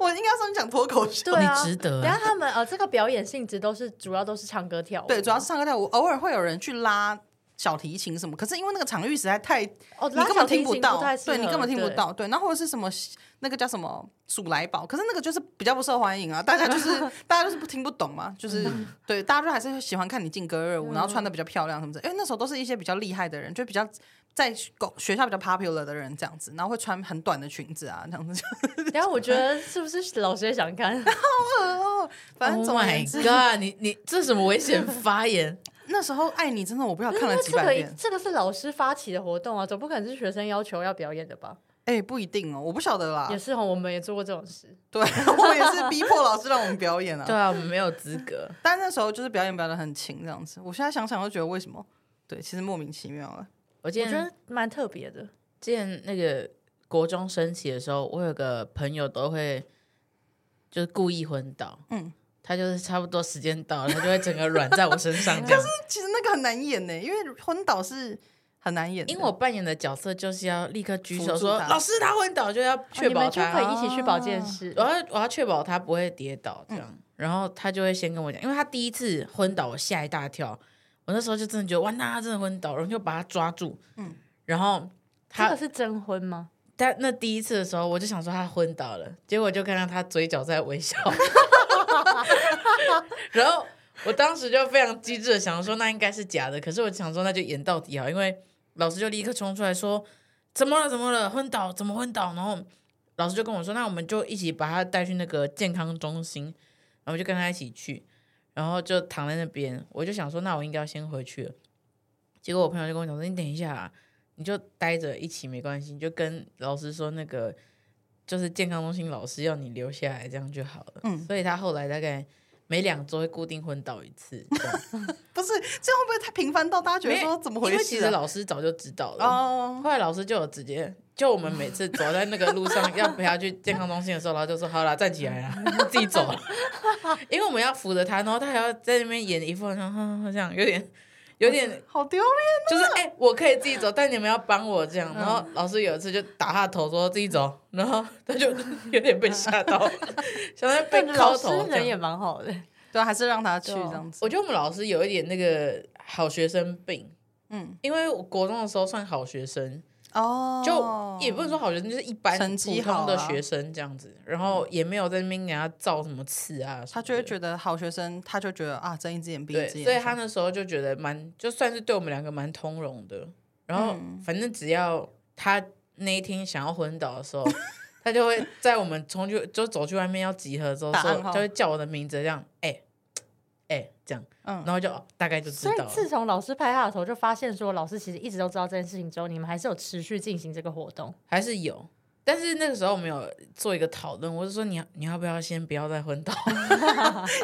S1: 我应该算是讲脱口秀。
S3: 对啊，
S2: 你值得
S3: 然后他们呃，这个表演性质都是主要都是唱歌跳 舞，
S1: 对，主要是唱歌跳舞，偶尔会有人去拉小提琴什么，可是因为那个场域实在太，你
S3: 哦，拉
S1: 根
S3: 小
S1: 本
S3: 提
S1: 听
S3: 琴
S1: 到，
S3: 太适
S1: 对你根
S3: 合
S1: 本听不
S3: 对
S1: 到，对，然后或者是什么那个叫什么鼠来宝，可是那个就是比较不受欢迎啊，大家就是 大家就是不听不懂嘛，就是对，大家就还是喜欢看你劲歌热舞，然后穿的比较漂亮什么的，因为那时候都是一些比较厉害的人，就比较。在狗学校比较 popular 的人这样子，然后会穿很短的裙子啊，这样子。
S3: 然后我觉得是不是老师也想看？
S1: 反正
S2: Oh
S1: 总而言
S2: my
S1: 之
S2: god！你你这是什么危险发 言？
S1: 那时候爱你真的我不知道看了
S3: 那
S1: 几
S3: 这
S1: 百
S3: 个
S1: 遍。
S3: 这个是老师发起的活动啊，总不可能是学生要求要表演的吧？
S1: 哎、不一定哦，我不晓得啦
S3: 也。是哦，我们也做过这种事。
S1: 对，我们也是逼迫老师让我们表演啊。
S2: 对啊，我们没有资格。
S1: 但那时候就是表演表演的很勤这样子，我现在想想就觉得为什么？对，其实莫名其妙啊了。
S2: 我今
S3: 我觉
S2: 天
S3: 得蛮特别的，
S2: 之前那个国中升旗的时候，我有个朋友都会就是故意昏倒，
S1: 嗯
S2: 嗯，他就是差不多时间到了，他就会整个软在我身上这样。
S1: 其实那个很难演呢，因为昏倒是很难演的。
S2: 因为我扮演的角色就是要立刻举手
S1: 扶住
S2: 说
S1: 他哦
S2: 老师他昏倒，就要确
S3: 哦你
S2: 保
S3: 们就可
S2: 他，哦
S3: 以一起去保健室呃
S2: 我。要我要确保他不会跌倒这样。
S3: 嗯
S2: 然后他就会先跟我讲，因为他第一次昏倒，我吓一大跳，我那时候就真的觉得哇，那他真的昏倒，然后就把他抓住，
S1: 嗯
S2: 嗯，然后
S3: 这
S2: 他
S3: 个是征婚吗？
S2: 他那第一次的时候，我就想说他昏倒了，结果就看到他嘴角在微笑，然后我当时就非常机智的想说那应该是假的，可是我想说那就演到底好，啊因为老师就立刻冲出来说怎么了怎么了昏倒怎么昏倒，然后老师就跟我说那我们就一起把他带去那个健康中心，然后我就跟他一起去，然后就躺在那边，我就想说那我应该要先回去了，结果我朋友就跟我讲说你等一下、啊。你就待着一起没关系，你就跟老师说那个就是健康中心老师要你留下来，这样就好了。
S1: 嗯
S2: 所以他后来大概每两周会固定昏倒一次，这样
S1: 不是这样会不会太频繁到大家觉得
S2: 没
S1: 说怎么回
S2: 因为其
S1: 事、
S2: 实
S1: 啊？
S2: 老师早就知道了。
S1: 哦，
S2: 后来老师就有直接，就我们每次走在那个路上 要陪他去健康中心的时候，他就说：“好啦，站起来啦，自己走了。” 因为我们要扶着他，然后他还要在那边演一副好像哼哼这样有点有点
S1: 好丢脸！
S2: 就是哎、欸我可以自己走，但你们要帮我这
S1: 嗯
S2: 样。然后老师有一次就打他的头说自己走，然后他 就有点被吓到，想在被
S3: 但老
S2: 敲
S3: 师
S2: 头这
S3: 人也
S2: 样。
S3: 蛮好的，
S1: 对啊，还是让他去
S3: 对啊
S1: 这样子。
S2: 我觉得我们老师有一点那个好学生病，
S1: 嗯，
S2: 因为我国中的时候算好学生，
S1: 哦，
S2: 就也不是说好学生，就是一般
S1: 成
S2: 普
S1: 绩好啊
S2: 通的学生这样子，然后也没有在那边给他造什么刺啊什么的，
S1: 他就会觉得好学生，他就觉得啊，睁一只眼闭一
S2: 对，
S1: 只眼。
S2: 所以他那时候就觉得蛮，就算是对我们两个蛮通融的。然后
S1: 嗯
S2: 反正只要他那一天想要昏倒的时候， 他就会在我们冲去就走去外面要集合之后
S1: 打
S2: 说，
S1: 暗号
S2: 就会叫我的名字这样，哎、哎、这样，
S1: 嗯
S2: 然后就、哦大概就知
S3: 所以
S2: 道了。
S3: 自从老师拍他的头，就发现说老师其实一直都知道这件事情之后，你们还是有持续进行这个活动。
S2: 还是有。但是那个时候我们有做一个讨论，我就说你要你要不要先不要再昏倒，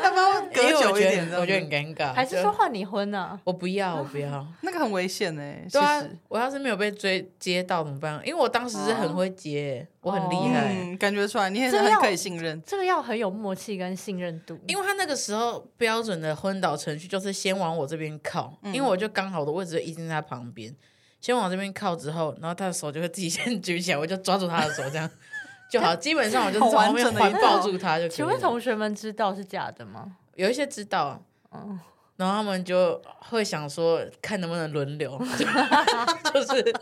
S1: 要不要
S2: 因
S1: 隔
S2: 为我
S1: 久一
S2: 觉
S1: 点这样子？
S2: 得我觉得很尴尬，
S3: 还是
S2: 就
S3: 说换你婚呢、
S2: 我不要我 不要，
S1: 那个很危险哎、其
S2: 对啊
S1: 实，哦
S2: 我要是没有被追接到怎么办？因为我当时是很会接，我很厉害。
S1: 嗯，感觉出来你也
S3: 这
S1: 很
S3: 样
S1: 可以信任。
S3: 这个要很有默契跟信任度，
S2: 因为他那个时候标准的昏倒程序就是先往我这边靠，
S1: 嗯
S2: 因为我就刚好我的位置就一定在他旁 边，先往这边靠之后，然后他的手就会自己先举起来，我就抓住他的手这样，就好。基本上我就
S1: 好
S2: 从
S1: 完
S2: 后面
S1: 整的
S2: 环
S1: 一套
S2: 抱住他就可以了。
S3: 请问同学们知道是假的吗？
S2: 有一些知道，
S1: 哦
S3: 嗯
S2: 然后他们就会想说，看能不能轮流， 就是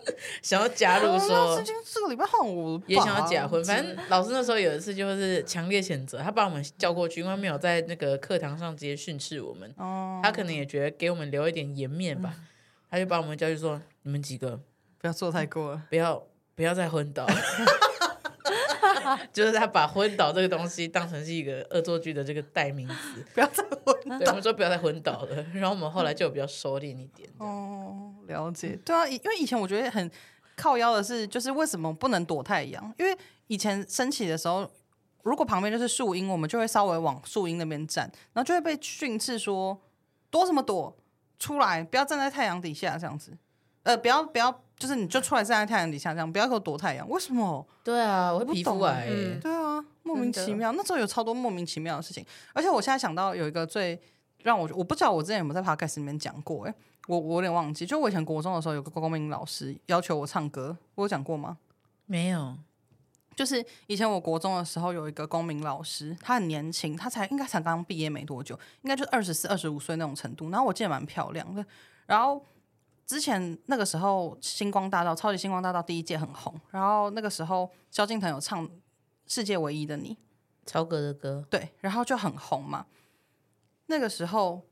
S2: 想要加入
S1: 哦那
S2: 说
S1: 这。这个礼拜换我吧
S2: 也想要假婚，反正老师那时候有一次就是强烈谴责，他把我们叫过去，因为没有在那个课堂上直接训斥我们，
S1: 哦，
S2: 他可能也觉得给我们留一点颜面吧，他就把我们叫去说，你们几个
S1: 不要做太过了。
S2: 不要不要再昏倒， 就是他把昏倒这个东西当成是一个恶作剧的这个代名词，
S1: 不要再问。
S2: 对，我们说不要再昏倒了，然后我们后来就比较收敛一点，这样
S1: 哦，了解。对啊，以因为以前我觉得很靠腰的是，就是为什么不能躲太阳？因为以前升起的时候，如果旁边就是树荫，我们就会稍微往树荫那边站，然后就会被训斥说躲什么躲，出来不要站在太阳底下这样子。呃，不要不要，就是你就出来站在太阳底下这样，不要给我躲太阳。为什么？
S2: 对啊，我会
S1: 不
S2: 皮
S1: 懂
S2: 肤癌、
S3: 嗯
S2: 欸
S1: 对啊，莫名
S3: 真的
S1: 其妙。那时候有超多莫名其妙的事情，而且我现在想到有一个最让我我不知道我之前有没有在 podcast 里面讲过、欸，我我有点忘记。就我以前国中的时候，有个公民老师要求我唱歌，我有讲过吗？
S2: 没有，
S1: 就是以前我国中的时候，有一个公民老师，她很年轻，她才应该才刚毕业没多久，应该就二十四、二十五岁那种程度。然后我记得蛮漂亮的。然后之前那个时候，星光大道、超级星光大道第一届很红，然后那个时候萧敬腾有唱《世界唯一的你》，
S2: 超哥的歌，
S1: 对，然后就很红嘛。那个时候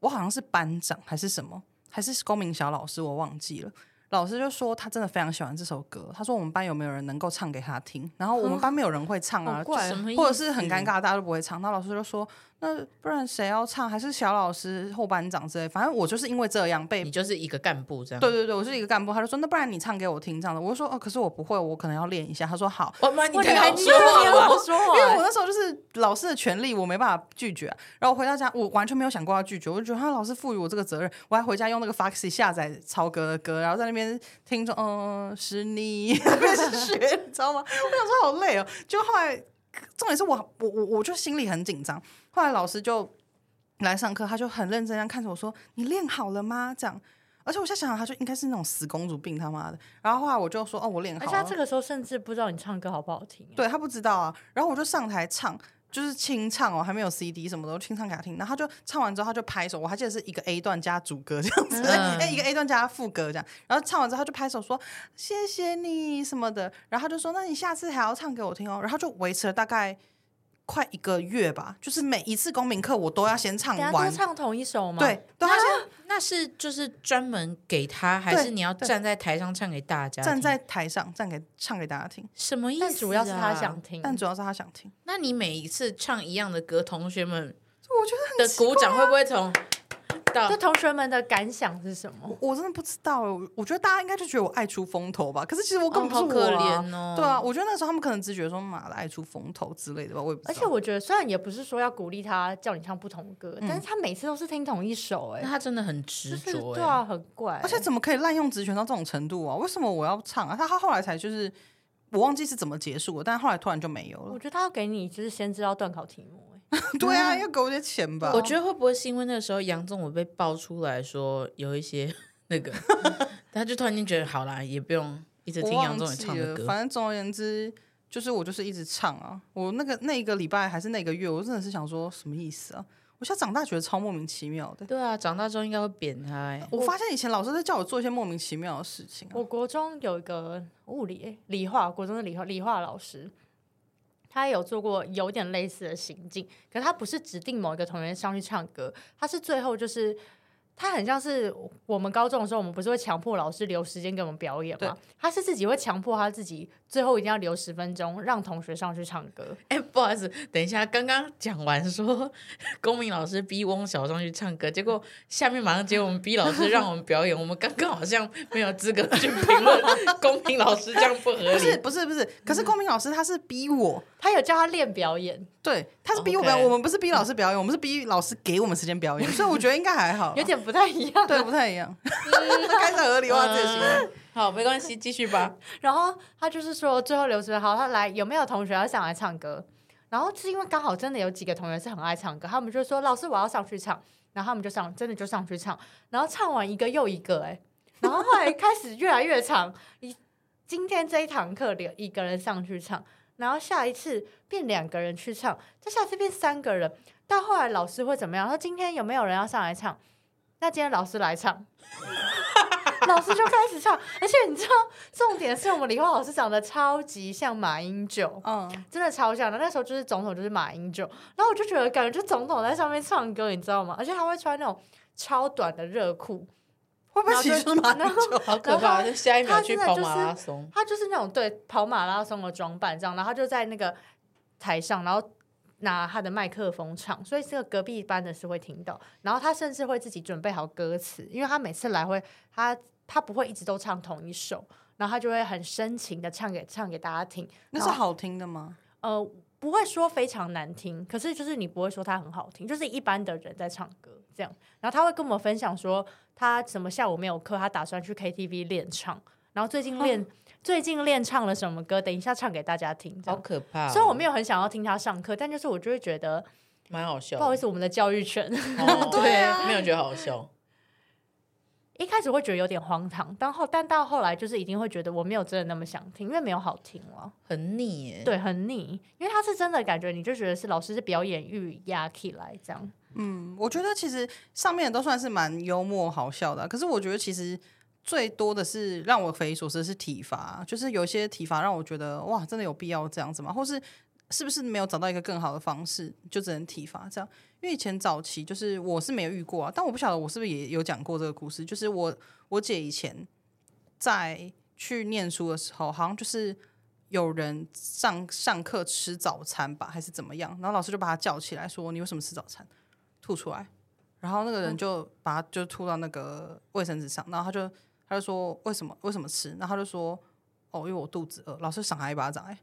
S1: 我好像是班长还是什么，还是公民小老师，我忘记了。老师就说他真的非常喜欢这首歌，他说我们班有没有人能够唱给他听？然后我们班没有人会唱啊，
S3: 好怪
S2: 什么意思
S1: 或者是很尴尬，大家都不会唱。那老师就说，那不然谁要唱？还是小老师后班长之类。反正我就是因为这样被
S2: 你就是一个干部这样。
S1: 对对对，我是一个干部，他就说那不然你唱给我听这样的，我就说哦，可是我不会，我可能要练一下。他说好，
S2: 哇妈，你
S3: 哇
S2: 太
S3: 你还
S2: 好
S3: 你
S2: 说
S3: 还
S2: 话
S3: 好
S2: 了
S3: 好
S2: 吧。
S3: 说
S1: 因为我
S3: 话，
S1: 那时候就是老师的权利，我没办法拒绝啊、然后我回到家，我完全没有想过要拒绝，我就觉得啊他老师赋予我这个责任，我还回家用那个 Foxy 下载曹格的歌，然后在那边听着，嗯，是你，开始学， 你知道吗？我想说好累哦。就后来，重点是我，我我我就心里很紧张。后来老师就来上课，他就很认真地看着我说：“你练好了吗？”这样。而且我现在想想，他就应该是那种死公主病，他妈的。然后后来我就说：“哦，我练好
S3: 而
S1: 了。”
S3: 且他这个时候甚至不知道你唱歌好不好听。
S1: 对他不知道啊。然后我就上台唱，就是清唱哦，还没有 CD 什么的，我清唱给他听。然后他就唱完之后，他就拍手，我还记得是一个 A 段加主歌这样子，哎、
S2: 嗯
S1: 一个 A 段加副歌这样。然后唱完之后，他就拍手说谢谢你什么的。然后他就说，那你下次还要唱给我听哦。然后就维持了大概。快一个月吧，就是每一次公民课我都要先唱
S3: 等下
S1: 完
S3: 都，唱同一首吗？啊
S1: 对，都要先
S2: 那是就是专门给他，还
S1: 对
S2: 是你要
S1: 对
S2: 站在台上唱给大家听？
S1: 站在台上站给唱给大家听，
S2: 什么意思、啊？
S3: 但主要是他想。听，
S2: 啊
S1: 但主要是他想听，
S2: 那你每一次唱一样的歌，同学们
S1: 我觉得
S2: 的鼓
S1: 啊
S2: 掌会不会从到
S3: 就同学们的感想是什么？
S1: 我我真的不知道，我我觉得大家应该就觉得我爱出风头吧，可是其实我根本
S2: 哦
S1: 不是
S2: 好
S1: 我、
S2: 可怜哦？
S1: 对啊，，我觉得那时候他们可能只觉得说妈的爱出风头之类的吧，我也不知道。
S3: 而且我觉得，虽然也不是说要鼓励他叫你唱不同的歌，
S1: 嗯
S3: 但是他每次都是听同一首、
S2: 那
S3: 哎，
S2: 他真的很
S3: 就
S2: 执
S3: 是
S2: 着、
S3: 对
S2: 欸，
S3: 啊，很怪、
S1: 而且怎么可以滥用职权到这种程度啊？为什么我要唱啊？他他后来才就是我忘记是怎么结束的，但后来突然就没有
S3: 我
S1: 了。
S3: 觉得他要给你就是先知道段考题目、哎，
S1: 对啊，要给我点钱吧。
S2: 我觉得会不会是因为那个时候杨宗纬被爆出来说有一些 那个，他就突然间觉得好啦，也不用一直
S1: 我
S2: 听杨
S1: 忘
S2: 宗纬
S1: 记
S2: 唱的
S1: 了，
S2: 歌。
S1: 反正总而言之，就是我就是一直唱啊。我那个那一个礼拜还是那个月，我真的是想说什么意思啊？我现在长大觉得超莫名其妙的。
S2: 对啊，长大之后应该会扁他、欸。
S1: 我发现以前老师都叫我做一些莫名其妙的事情、啊。
S3: 我国中有一个物理、哎理化，国中的理化理化老师，他有做过有点类似的行径，可是他不是指定某一个同学上去唱歌，他是最后就是。他很像是我们高中的时候，我们不是会强迫老师留时间给我们表演
S1: 对
S3: 吗？他是自己会强迫他自己，最后一定要留十分钟让同学上去唱歌。
S2: 哎、不好意思，等一下，刚刚讲完说公民老师逼翁小双去唱歌，结果下面马上接我们逼老师让我们表演，我们刚刚好像没有资格去评 论公民老师这样不合
S1: 不是
S2: 理。
S1: 不是不是，可是公民老师他是逼我，
S3: 他有叫他练表演，
S1: 对，他是逼我表
S2: OK
S1: 演，我们不是逼老师表演，我们是逼老师给我们时间表 演，所以我觉得应该还好啦，
S3: 有点不太一样。
S1: 对不太一样， 开始合理化自己的行
S3: 啊
S1: 为。
S2: 嗯好，没关系，继续 吧。
S3: 然后他就是说，最后留学好，他来有没有同学要上来唱歌？然后是因为刚好真的有几个同学是很爱唱歌，他们就说老师我要上去唱，然后他们就上真的就上去唱，然后唱完一个又一个、哎，然后后来开始越来越长，一今天这一堂课有一个人上去唱，然后下一次变两个人去唱，再下次变三个人，到后来老师会怎么样？他今天有没有人要上来唱？那今天老师来唱，老师就开始唱，而且你知道，重点是我们理化老师长得超级像马英九。
S1: 嗯，
S3: 真的超像的，那时候就是总统就是马英九，然后我就觉得感觉就总统在上面唱歌，你知道吗？而且他会穿那种超短的热裤，
S1: 会不会其实就是马英九？
S2: 好可怕！就下一秒
S3: 他
S2: 去
S3: 真的
S2: 跑
S3: 就是
S2: 马拉松，
S3: 他就是那种对跑马拉松的装扮这样，然后他就在那个台上，然后拿他的麦克风唱，所以这个隔壁班的是会听到。然后他甚至会自己准备好歌词，因为他每次来会，他他不会一直都唱同一首，然后他就会很深情的唱给唱给大家听。
S1: 那是好听的吗？
S3: 呃，不会说非常难听，可是就是你不会说它很好听，就是一般的人在唱歌这样。然后他会跟我们分享说，他什么下午没有课，他打算去 KTV 练唱，然后最近
S2: 哦
S3: 练、最近练唱了什么歌，等一下唱给大家听。这
S2: 好
S3: 样，
S2: 可怕哦！
S3: 虽然我没有很想要听他上课，但就是我就会觉得，
S2: 蛮好笑
S3: 不
S2: 的，
S3: 好意思，我们的教育圈
S2: 哦
S1: 对啊
S2: 没有觉得好笑。
S3: 一开始会觉得有点荒唐，但后但到后来就是一定会觉得我没有真的那么想听，因为没有好听了。
S2: 很腻耶，
S3: 对，很腻，因为他是真的感觉，你就觉得是老师是表演欲压起来这样。
S1: 嗯，我觉得其实上面的都算是蛮幽默好笑的啊、可是我觉得其实最多的是让我匪夷所思的是体罚，就是有一些体罚让我觉得哇，真的有必要这样子吗？或是是不是没有找到一个更好的方式，就只能体罚这样？因为以前早期就是我是没有遇过啊，但我不晓得我是不是也有讲过这个故事，就是我我姐以前在去念书的时候，好像就是。有人上上课吃早餐吧，还是怎么样？然后老师就把他叫起来说：“你为什么吃早餐？”吐出来，然后那
S2: 嗯
S1: 个人就把它就吐到那个卫生纸上，然后他就他就说为什么为什么吃？然后他就说哦，因为我肚子饿。老师赏他一巴掌、欸，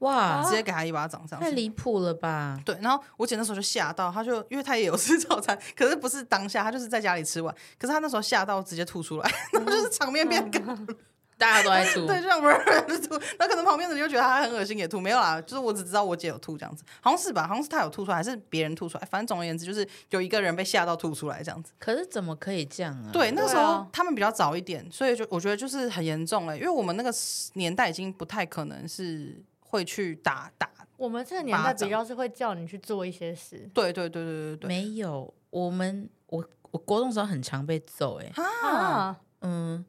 S2: 哇
S3: 啊
S1: 直，接给他一巴掌这样
S2: 啊太
S1: 子。
S2: 离谱了 吧！
S1: 对，然后我姐那时候就吓到，她就因为她也有 吃早餐，可是不是当下，她就是在家里吃完，可是她那时候吓到直接吐出来， 然后就是场面
S2: 嗯
S1: 变尴尬，
S2: 大家都在吐，
S1: 对，就让我就吐，那可能旁边的人就觉得她很恶心也吐，没有啦，就是我只知道我姐有吐这样子，好像是吧，好像是她有吐出来，还是别人吐出来，反正总而言之就是有一个人被吓到吐出来这样子。
S2: 可是怎么可以这样啊？
S1: 对，那个时
S3: 对啊
S1: 候他们比较早一点，所以就我觉得就是很严重了、欸因为我们那个时年代已经不太可能是会去打打。
S3: 我们这个年
S1: 巴
S3: 代比
S1: 掌
S3: 较是会叫你去做一些事，
S1: 对对对对对对。
S2: 没有，我们我我国中的时候很常被揍、欸，
S1: 啊，
S3: 啊，
S2: 嗯，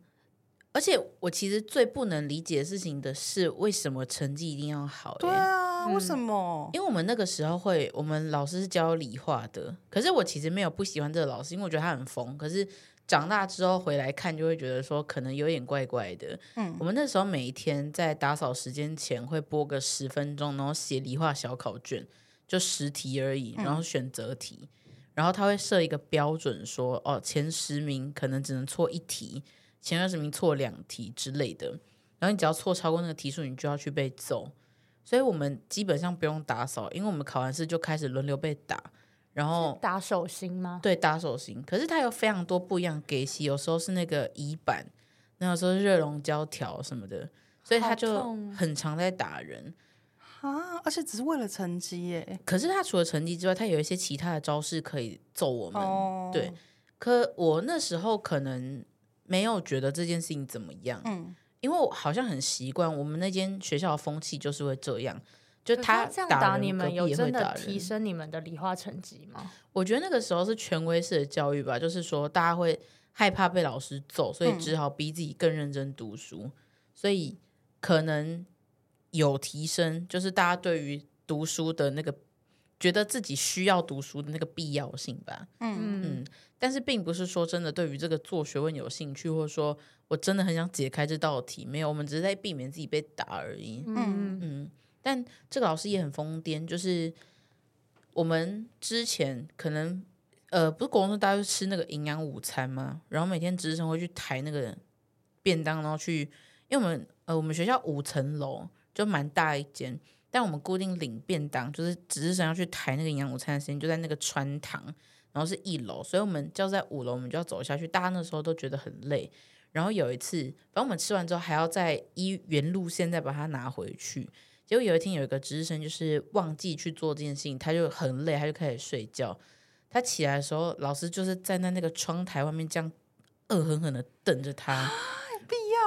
S2: 而且我其实最不能理解的事情的是，为什么成绩一定要好、欸？
S1: 对啊，为
S3: 嗯
S1: 什么？
S2: 因为我们那个时候会，我们老师是教理化的，可是我其实没有不喜欢这个老师，因为我觉得他很疯。可是长大之后回来看，就会觉得说可能有点怪怪的。
S1: 嗯
S2: 我们那时候每一天在打扫时间前会播个十分钟，然后写理化小考卷，就十题而已，
S1: 嗯
S2: 然后选择题，然后他会设一个标准说，哦，前十名可能只能错一题，前二十名错两题之类的。然后你只要错超过那个题数，你就要去被揍。所以我们基本上不用打扫，因为我们考完试就开始轮流被打，然后
S3: 打手心吗？
S2: 对打手型。可是它有非常多不一样给戏，有时候是那个乙板，那有时候是热熔胶条什么的，所以他
S3: 好
S2: 就
S3: 痛哦
S2: 很常在打人。
S1: 啊，而且只是为了成绩耶。
S2: 可是他除了成绩之外，他有一些其他的招式可以揍我们。
S1: 哦，
S2: 对，可我那时候可能没有觉得这件事情怎么样，
S1: 嗯，
S2: 因为我好像很习惯我们那间学校的风气就是会这样，就
S3: 可是
S2: 他
S3: 这样
S2: 打
S3: 打
S2: 人
S3: 你
S2: 隔
S3: 们，
S2: 壁
S3: 有
S2: 也
S3: 真
S2: 会打
S3: 的
S2: 人
S3: 提升你们的理化成绩吗？
S2: 我觉得那个时候是权威式的教育吧，就是说大家会害怕被老师揍，所以
S1: 嗯
S2: 只好逼自己更认真读书，所以可能有提升，就是大家对于读书的那个觉得自己需要读书的那个必要性吧。
S3: 嗯，
S2: 嗯，但是并不是说真的对于这个做学问有兴趣，或者说我真的很想解开这道题，没有，我们只是在避免自己被打而已。
S3: 嗯嗯，
S2: 嗯，但这个老师也很疯癫，就是我们之前可能呃，不是国中大家就吃那个营养午餐嘛，然后每天值日生会去抬那个便当，然后去，因为我们呃我们学校五层楼就蛮大一间，但我们固定领便当，就是值日生要去抬那个营养午餐的时间就在那个穿堂，然后是一楼，所以我们就在五楼，我们就要走下去，大家那时候都觉得很累。然后有一次，反正我们吃完之后还要在一原路线再把它拿回去，结果有一天有一个值日生就是忘记去做这件事情，他就很累，他就开始睡觉。他起来的时候，老师就是站在那个窗台外面这样恶狠狠的瞪着他，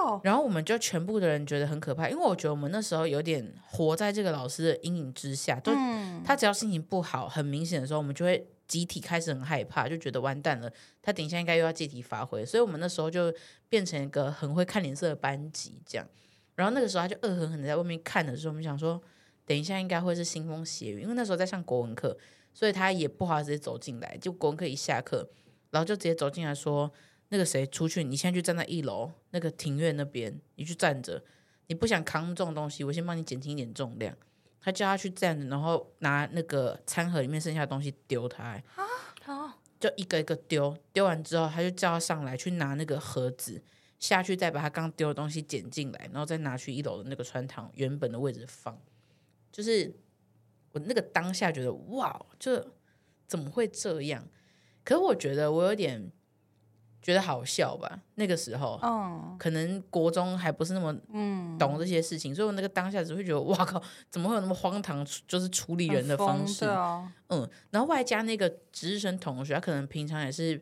S1: 哦，
S2: 然后我们就全部的人觉得很可怕，因为我觉得我们那时候有点活在这个老师的阴影之下，就
S1: 嗯，
S2: 他只要心情不好，很明显的时候，我们就会集体开始很害怕，就觉得完蛋了，他等一下应该又要借题发挥，所以我们那时候就变成一个很会看脸色的班级这样。然后那个时候他就恶狠狠的在外面看的时候，我们想说，等一下应该会是腥风血雨，因为那时候在上国文课，所以他也不好直接走进来，就国文课一下课，然后就直接走进来说。那个谁出去，你现在去站在一楼那个庭院那边，你去站着。你不想扛重东西，我先帮你减轻一点重量。他叫他去站着，然后拿那个餐盒里面剩下的东西丢他、欸
S3: 好，
S2: 就一个一个丢。丢完之后，他就叫他上来去拿那个盒子，下去再把他刚丢的东西捡进来，然后再拿去一楼的那个穿堂原本的位置放。就是我那个当下觉得哇，这怎么会这样？可是我觉得我有点觉得好笑吧。那个时候，
S1: 嗯，
S2: 可能国中还不是那么懂这些事情，所以我那个当下只会觉得哇靠，怎么会有那么荒唐，就是处理人的方式？
S1: 很疯对啊，
S2: 嗯，然后外加那个值日生同学，他可能平常也是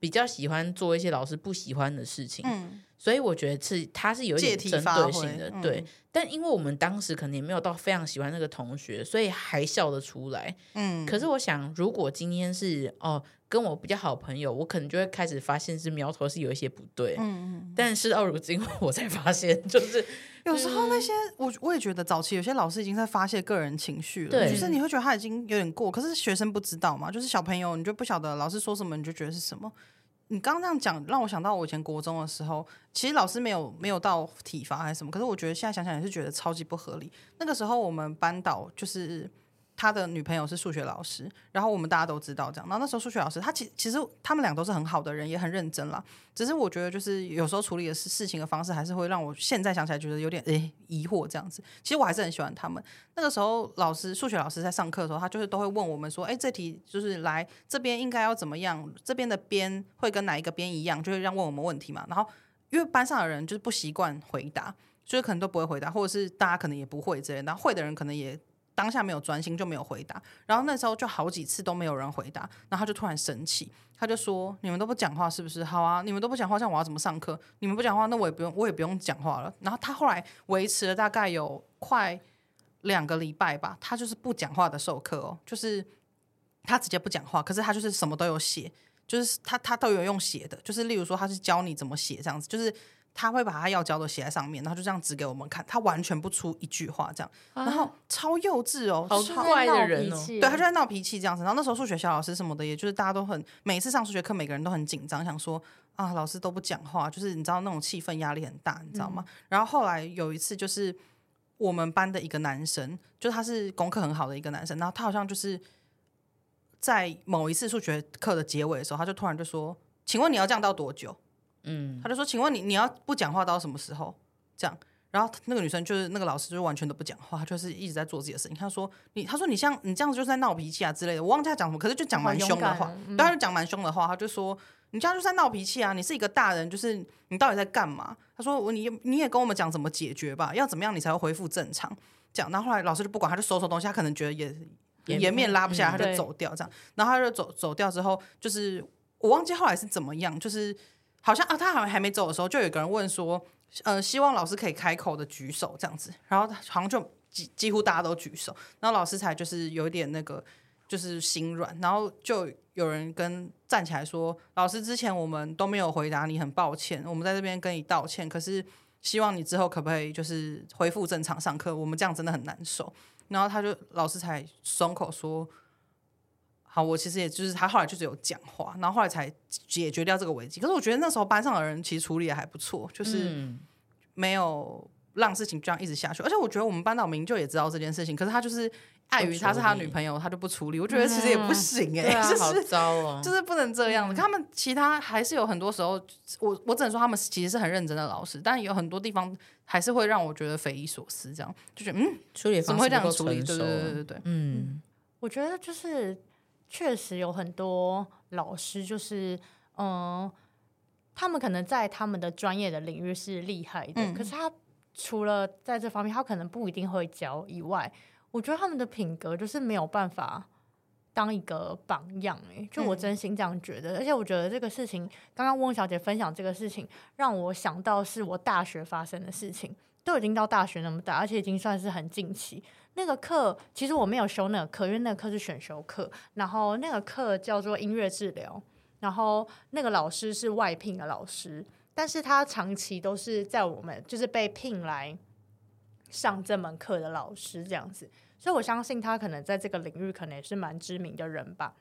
S2: 比较喜欢做一些老师不喜欢的事情，
S1: 嗯，
S2: 所以我觉得是他是有一
S1: 借
S2: 点
S1: 题
S2: 针
S1: 发
S2: 对
S1: 挥
S2: 性的，
S1: 嗯
S2: 对。但因为我们当时可能也没有到非常喜欢那个同学，所以还笑得出来。
S1: 嗯，
S2: 可是我想，如果今天是哦跟我比较好朋友，我可能就会开始发现是苗头是有一些不对。
S1: 嗯，嗯，
S2: 但事到如今， 我才发现，就是
S1: 有时候那些我我也觉得早期有些老师已经在发泄个人情绪了，
S2: 对
S1: 就是你会觉得他已经有点过，可是学生不知道嘛，就是小朋友你就不晓得老师说什么你就觉得是什么。你刚刚这样讲，让我想到我以前国中的时候，其实老师没有没有到体罚还是什么，可是我觉得现在想想也是觉得超级不合理。那个时候我们班导就是他的女朋友是数学老师，然后我们大家都知道这样。然后那时候数学老师他其其实他们俩都是很好的人，也很认真啦。只是我觉得就是有时候处理的事事情的方式，还是会让我现在想起来觉得有点诶、疑惑这样子。其实我还是很喜欢他们。那个时候老师数学老师在上课的时候，他就是都会问我们说，哎、这题就是来这边应该要怎么样，这边的边会跟哪一个边一样，就会让问我们问题嘛。然后因为班上的人就是不习惯回答，所以可能都不会回答，或者是大家可能也不会之类的，然后会的人可能也。当下没有专心就没有回答，然后那时候就好几次都没有人回答，然后他就突然生气，他就说：“你们都不讲话是不是？好啊，你们都不讲话，这样我要怎么上课？你们不讲话，那我也不用，我也不用讲话了。”然后他后来维持了大概有快两个礼拜吧，他就是不讲话的授课哦，就是他直接不讲话，可是他就是什么都有写，就是他他都有用写的，就是例如说他是教你怎么写这样子，就是。他会把他要教的写在上面，然后就这样指给我们看，他完全不出一句话这样，然后超幼稚哦，
S2: 好
S1: 超
S3: 就是
S2: 怪的
S3: 闹
S2: 人
S3: 脾
S2: 哦
S3: 气
S1: 对他就在闹脾气这样子。然后那时候数学小老师什么的，也就是大家都很每次上数学课，每个人都很紧张，想说啊，老师都不讲话，就是你知道那种气氛压力很大，你知道吗？然后后来有一次就是我们班的一个男生，就他是功课很好的一个男生，然后他好像就是在某一次数学课的结尾的时候，他就突然就说：“请问你要这样到多久？”
S2: 嗯，
S1: 他就说：“请问你你要不讲话到什么时候？”这样，然后那个女生就是那个老师，就是完全都不讲话，她就是一直在做自己的事情。他说：“你，他说你像你这样子就是在闹脾气啊之类的。”我忘记他讲什么，可是就讲蛮凶的
S3: 好勇
S1: 话
S3: 敢哦，
S1: 对，他就讲蛮凶的话，他就说。你这样就是在闹脾气啊！你是一个大人，就是你到底在干嘛？他说我你你也跟我们讲怎么解决吧，要怎么样你才会恢复正常？这样，然后后来老师就不管，他就收收东西，他可能觉得也
S2: 也
S1: 颜面拉不下来，
S2: 嗯
S1: 他就
S3: 对
S1: 走掉这样。然后他就走走掉之后，就是我忘记后来是怎么样，就是好像啊，他好像还没走的时候，就有个人问说，呃，希望老师可以开口的举手这样子。然后好像就几几乎大家都举手，然后老师才就是有一点那个就是心软，然后就有人跟站起来说，老师之前我们都没有回答你，很抱歉，我们在这边跟你道歉，可是。希望你之后可不可以就是恢复正常上课？我们这样真的很难受。然后他就老师才松口说：“好，我其实也就是他后来就是有讲话，然后后来才解决掉这个危机。可是我觉得那时候班上的人其实处理的还不错，就是
S2: 嗯
S1: 没有让事情这样一直下去。而且我觉得我们班导明就也知道这件事情，可是他就是碍于他是他的女朋友，他就不处理。我觉得其实也不行哎、
S2: 对啊，
S1: 就
S2: 好
S1: 是
S2: 糟哦，
S1: 就是不能这样子。他们其他还是有很多时候，我我只能说他们其实是很认真的老师，但有很多地方还是会让我觉得匪夷所思，这样就觉得嗯，
S2: 处理
S1: 怎
S2: 方
S1: 么会
S2: 式
S1: 这样
S2: 不够
S1: 处理？对
S2: 成熟
S1: 对对
S2: 啊。
S1: 对对，
S2: 嗯，
S3: 我觉得就是确实有很多老师，就是嗯，他们可能在他们的专业的领域是厉害的，
S1: 嗯
S3: 可是他除了在这方面，他可能不一定会教以外，我觉得他们的品格就是没有办法当一个榜样、欸，就我真心这样觉得。而且我觉得这个事情，刚刚翁小姐分享这个事情，让我想到是我大学发生的事情，都已经到大学那么大，而且已经算是很近期。那个课其实我没有修那个课，因为那个课是选修课，然后那个课叫做音乐治疗，然后那个老师是外聘的老师，但是他长期都是在我们就是被聘来上这门课的老师这样子，所以我相信他可能在这个领域可能也是蛮知名的人吧。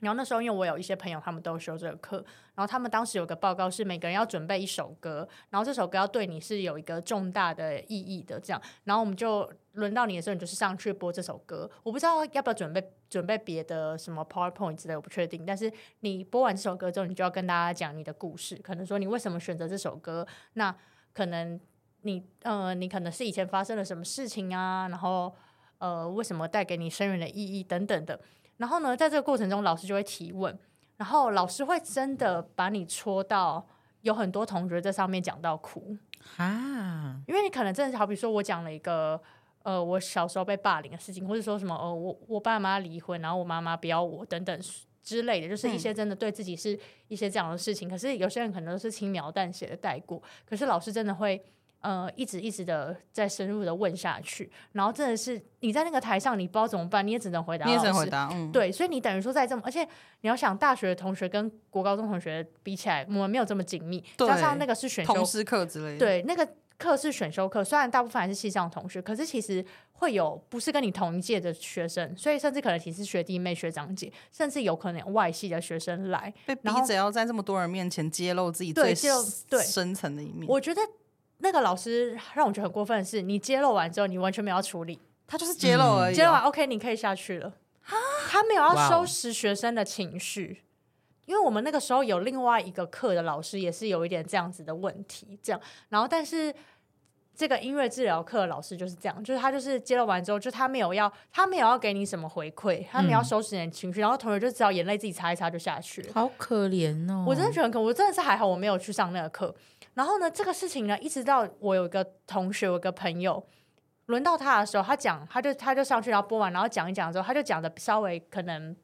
S3: 然后那时候，因为我有一些朋友，他们都有修这个课，然后他们当时有个报告是每个人要准备一首歌，然后这首歌要对你是有一个重大的意义的，这样。然后我们就轮到你的时候，你就是上去播这首歌。我不知道要不要准备准备别的什么 PowerPoint 之类，我不确定。但是你播完这首歌之后，你就要跟大家讲你的故事，可能说你为什么选择这首歌，那可能你呃，你可能是以前发生了什么事情啊，然后呃，为什么带给你深远的意义等等的。然后呢，在这个过程中，老师就会提问，然后老师会真的把你戳到，有很多同学在上面讲到哭，
S2: 啊，
S3: 因为你可能真的是好比说我讲了一个。呃，我小时候被霸凌的事情，或者说什么，呃，我我爸妈离婚，然后我妈妈不要我等等之类的，就是一
S1: 嗯
S3: 些真的对自己是一些这样的事情。可是有些人可能都是轻描淡写的带过，可是老师真的会呃一直一直的再深入的问下去，然后真的是你在那个台上，你不知道怎么办，你也只能回答
S1: 你也
S3: 老
S1: 只
S3: 师，
S1: 能回答，嗯，
S3: 对，所以你等于说在这么，而且你要想大学的同学跟国高中同学比起来，我们没有这么紧密，
S1: 对
S3: 加上那个是选
S1: 同
S3: 修，
S1: 时课之类的，，
S3: 对，那个课是选修课，虽然大部分还是系上同学，可是其实会有不是跟你同一届的学生，所以甚至可能其实学弟妹、学长姐，甚至有可能有外系的学生来，
S1: 被逼
S3: 然后
S1: 着要在这么多人面前揭露自己最
S3: 对揭露对
S1: 深层的一面。
S3: 我觉得。那个老师让我觉得很过分的是，你揭露完之后，你完全没有要处理，
S1: 他就是揭露而已、哦
S3: 接完 OK，你可以下去了。他没有
S2: 哇
S3: 要
S2: 哦
S3: 收拾学生的情绪，因为我们那个时候有另外一个课的老师也是有一点这样子的问题，这样。然后，但是这个音乐治疗课的老师就是这样，就是他就是揭露完之后，就他没有要，他没有要给你什么回馈，他没有要收拾你的情绪，然后同学就只好眼泪自己擦一擦就下去了。
S2: 好可怜哦！
S3: 我真的觉得很可，我真的是还好我没有去上那个课。然后呢，这个事情呢，一直到我有一个同学，有一个朋友，轮到他的时候，他讲，他就他就上去，然后播完，然后讲一讲之后，他就讲的稍微可能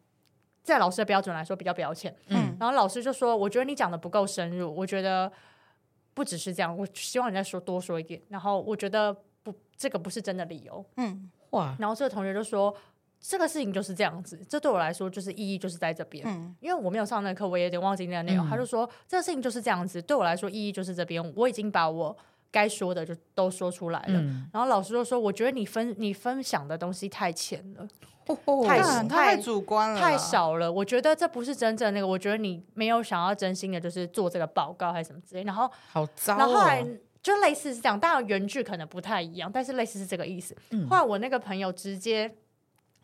S3: 在老师的标准来说比较表浅。
S1: 嗯，
S3: 然后老师就说：“我觉得你讲的不够深入，我觉得不只是这样，我希望你再说多说一点。然后我觉得不，这个不是真的理由。”
S1: 嗯，
S2: 哇，
S3: 然后这个同学就说：“这个事情就是这样子，这对我来说就是意义就是在这边。
S1: 嗯
S3: 因为我没有上那课，我也有点忘记那个内容。
S2: 嗯
S3: 他就说这个事情就是这样子，对我来说意义就是这边，我已经把我该说的就都说出来了。
S2: 嗯，
S3: 然后老师就说，我觉得你分你分享的东西太浅了，
S1: 太
S3: 太
S1: 啊他
S3: 少
S1: 太主观了啦，
S3: 太少了。我觉得这不是真正那个，我觉得你没有想要真心的，就是做这个报告还是什么之类。然后
S2: 好糟
S3: 然后后来
S2: 哦！
S3: 就类似是这样，当然原句可能不太一样，但是类似是这个意思。
S2: 嗯
S3: 后来我那个朋友直接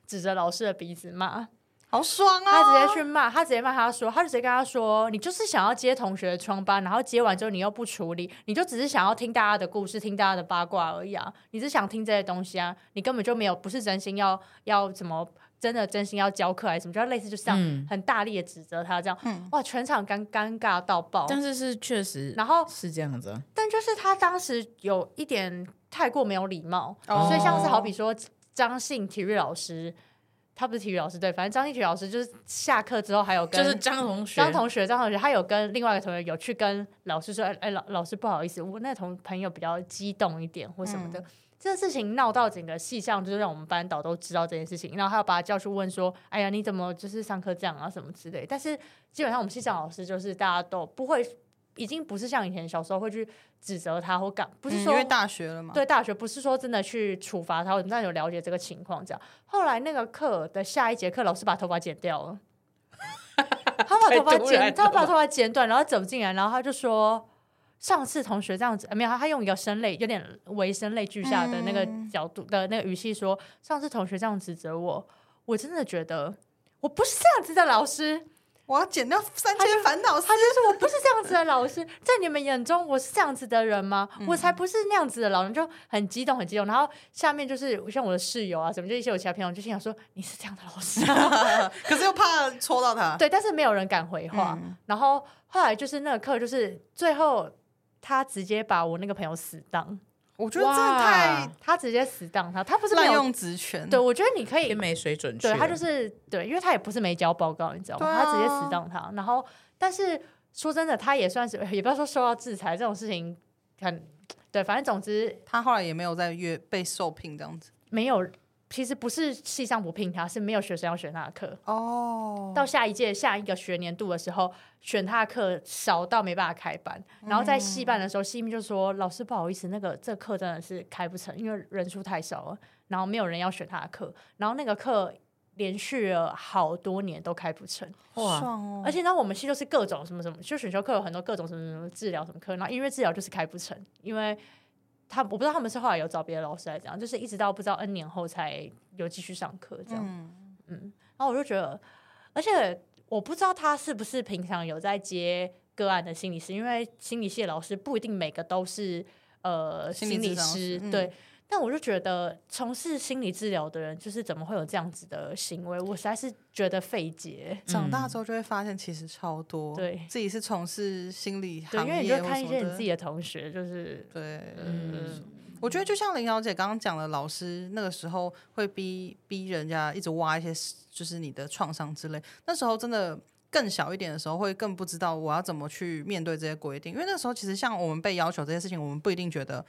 S3: 指着老师的鼻子骂，
S1: 好爽啊！
S3: 他直接去骂，他直接骂他说，他就直接跟他说，你就是想要揭同学的疮疤，然后揭完之后你又不处理，你就只是想要听大家的故事，听大家的八卦而已啊，你只想听这些东西啊，你根本就没有不是真心要要什么。真的真心要教课还是什么？就类似就这样、
S2: 嗯
S3: 很大力的指责他，这样、
S1: 嗯
S3: 哇，全场尴尴尬到
S1: 哦
S3: 爆。
S2: 但是是确实
S3: 然后
S2: 是这样子啊，
S3: 但就是他当时有一点太过没有礼貌，
S1: 哦
S3: 所以像是好比说张信体育老师，他不是体育老师对，反正张信体育老师就是下课之后还有跟
S2: 就是张同学，
S3: 张同学，张同学他有跟另外一个同学有去跟老师说，哎、哎老老师不好意思，我那同朋友比较激动一点或什么
S1: 嗯
S3: 的。这事情闹到整个系上，就是让我们班导都知道这件事情，然后他要把他叫去问说：“哎呀，你怎么就是上课这样啊，什么之类。”但是基本上我们系上老师就是大家都不会，已经不是像以前小时候会去指责他或干，不是
S1: 嗯
S3: 说、
S1: 因为大学了嘛，
S3: 对大学不是说真的去处罚他，我们但有了解这个情况这样。后来那个课的下一节课，老师把头发剪掉了，他把头发
S2: 太突然了
S3: 剪，他把
S2: 吧
S3: 头发剪短，然后走进来，然后他就说。上次同学这样子，呃没有，他用一个声泪，有点微声泪俱下的那个
S1: 嗯
S3: 角度的那个语气说，上次同学这样指责我，我真的觉得我不是这样子的老师，
S1: 我要减掉三千烦恼丝
S3: 他。就说我不是这样子的老师，在你们眼中我是这样子的人吗？
S1: 嗯
S3: 我才不是那样子的老人，就很激动很激动。然后下面就是像我的室友啊，什么就一些我其他朋友就心想说你是这样的 老师、啊，
S1: 可是又怕戳到他。
S3: 对，但是没有人敢回话。
S1: 嗯
S3: 然后后来就是那个课，就是最后他直接把我那个朋友死当，
S1: 我觉得真的太
S3: 他直接死当他，他不是没
S1: 滥
S3: 有
S1: 用职权。
S3: 对，我觉得你可以
S2: 也没水准去了。
S3: 对他就是对，因为他也不是没交报告，你知道吗？
S1: 对啊
S3: 他直接死当他。然后，但是说真的，他也算是， 也不要说受到制裁这种事情很，对，反正总之
S1: 他后来也没有再约被受聘这样子。
S3: 没有，其实不是系上不聘他，是没有学生要选他的课。
S1: 哦，
S3: 到下一届下一个学年度的时候，选他的课少到没办法开班，然后在系办的时候，系秘就说：“老师不好意思，那个这课真的是开不成，因为人数太少了，然后没有人要选他的课，然后那个课连续了好多年都开不成。”
S2: 哇，
S1: 爽哦！
S3: 而且呢，我们系就是各种什么什么，就选修课有很多各种什么什么治疗什么课，然后音乐治疗就是开不成，因为他我不知道他们是后来有找别的老师来讲，就是一直到不知道 N 年后才有继续上课这样。
S1: 嗯，
S3: 然后我就觉得，而且我不知道他是不是平常有在接个案的心理师，因为心理系的老师不一定每个都是呃
S1: 心
S3: 心
S1: 理
S3: 理
S1: 治疗
S3: 师，
S1: 师嗯
S3: 对。但我就觉得从事心理治疗的人，就是怎么会有这样子的行为？我实在是觉得费解。
S1: 长大之后就会发现其实超多，
S3: 嗯对
S1: 自己是从事心理
S3: 对，
S1: 行
S3: 因为你
S1: 业
S3: 就
S1: 或
S3: 看
S1: 什
S3: 一些
S1: 么
S3: 你
S1: 的
S3: 自。己的同学，就是
S1: 对，
S2: 嗯，
S1: 我觉得就像林小姐刚刚讲的，老师那个时候会逼逼人家一直挖一些，就是你的创伤之类。那时候真的更小一点的时候，会更不知道我要怎么去面对这些规定，因为那时候其实像我们被要求这些事情，我们不一定觉得，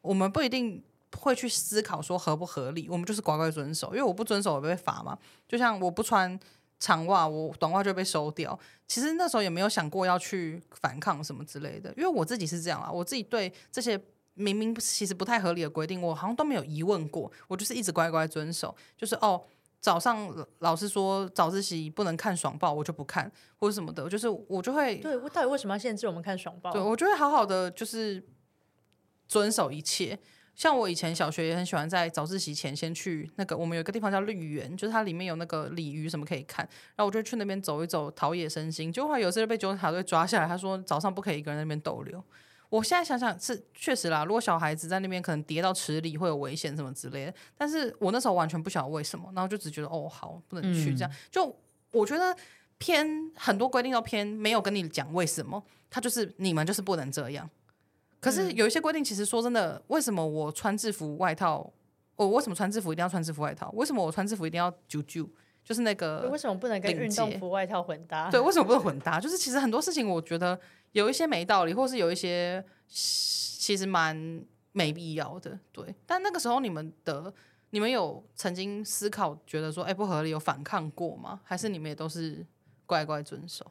S1: 我们不一定会去思考说合不合理，我们就是乖乖遵守，因为我不遵守我被罚嘛。就像我不穿长袜，我短袜就被收掉。其实那时候也没有想过要去反抗什么之类的，因为我自己是这样啦，我自己对这些明明其实不太合理的规定，我好像都没有疑问过，我就是一直乖乖遵守，就是哦。早上老老师说早自习不能看爽报，我就不看或者什么的，就是我就会
S3: 对，我到底为什么要限制我们看爽报？
S1: 对，我就会好好的就是遵守一切。像我以前小学也很喜欢在早自习前先去那个，我们有一个地方叫绿园，就是它里面有那个鲤鱼什么可以看，然后我就去那边走一走，陶冶身心。结果后来有一次被纠察队抓下来，他说早上不可以一个人在那边逗留。我现在想想是确实啦，如果小孩子在那边可能跌到池里会有危险什么之类的，但是我那时候完全不晓得为什么，然后就只觉得哦好不能去这样，就我觉得偏很多规定都偏没有跟你讲为什么，他就是你们就是不能这样。可是有一些规定，其实说真的，为什么我穿制服外套？我为什么穿制服一定要穿制服外套？为什么我穿制服一定要啾啾？就是那个
S3: 为什么不能跟
S1: 领
S3: 运动
S1: 结
S3: 服外套混搭？
S1: 对，为什么不能混搭？就是其实很多事情，我觉得有一些没道理，或是有一些其实蛮没必要的。对，但那个时候你们的你们有曾经思考，觉得说，哎、不合理，有反抗过吗？还是你们也都是乖乖遵守？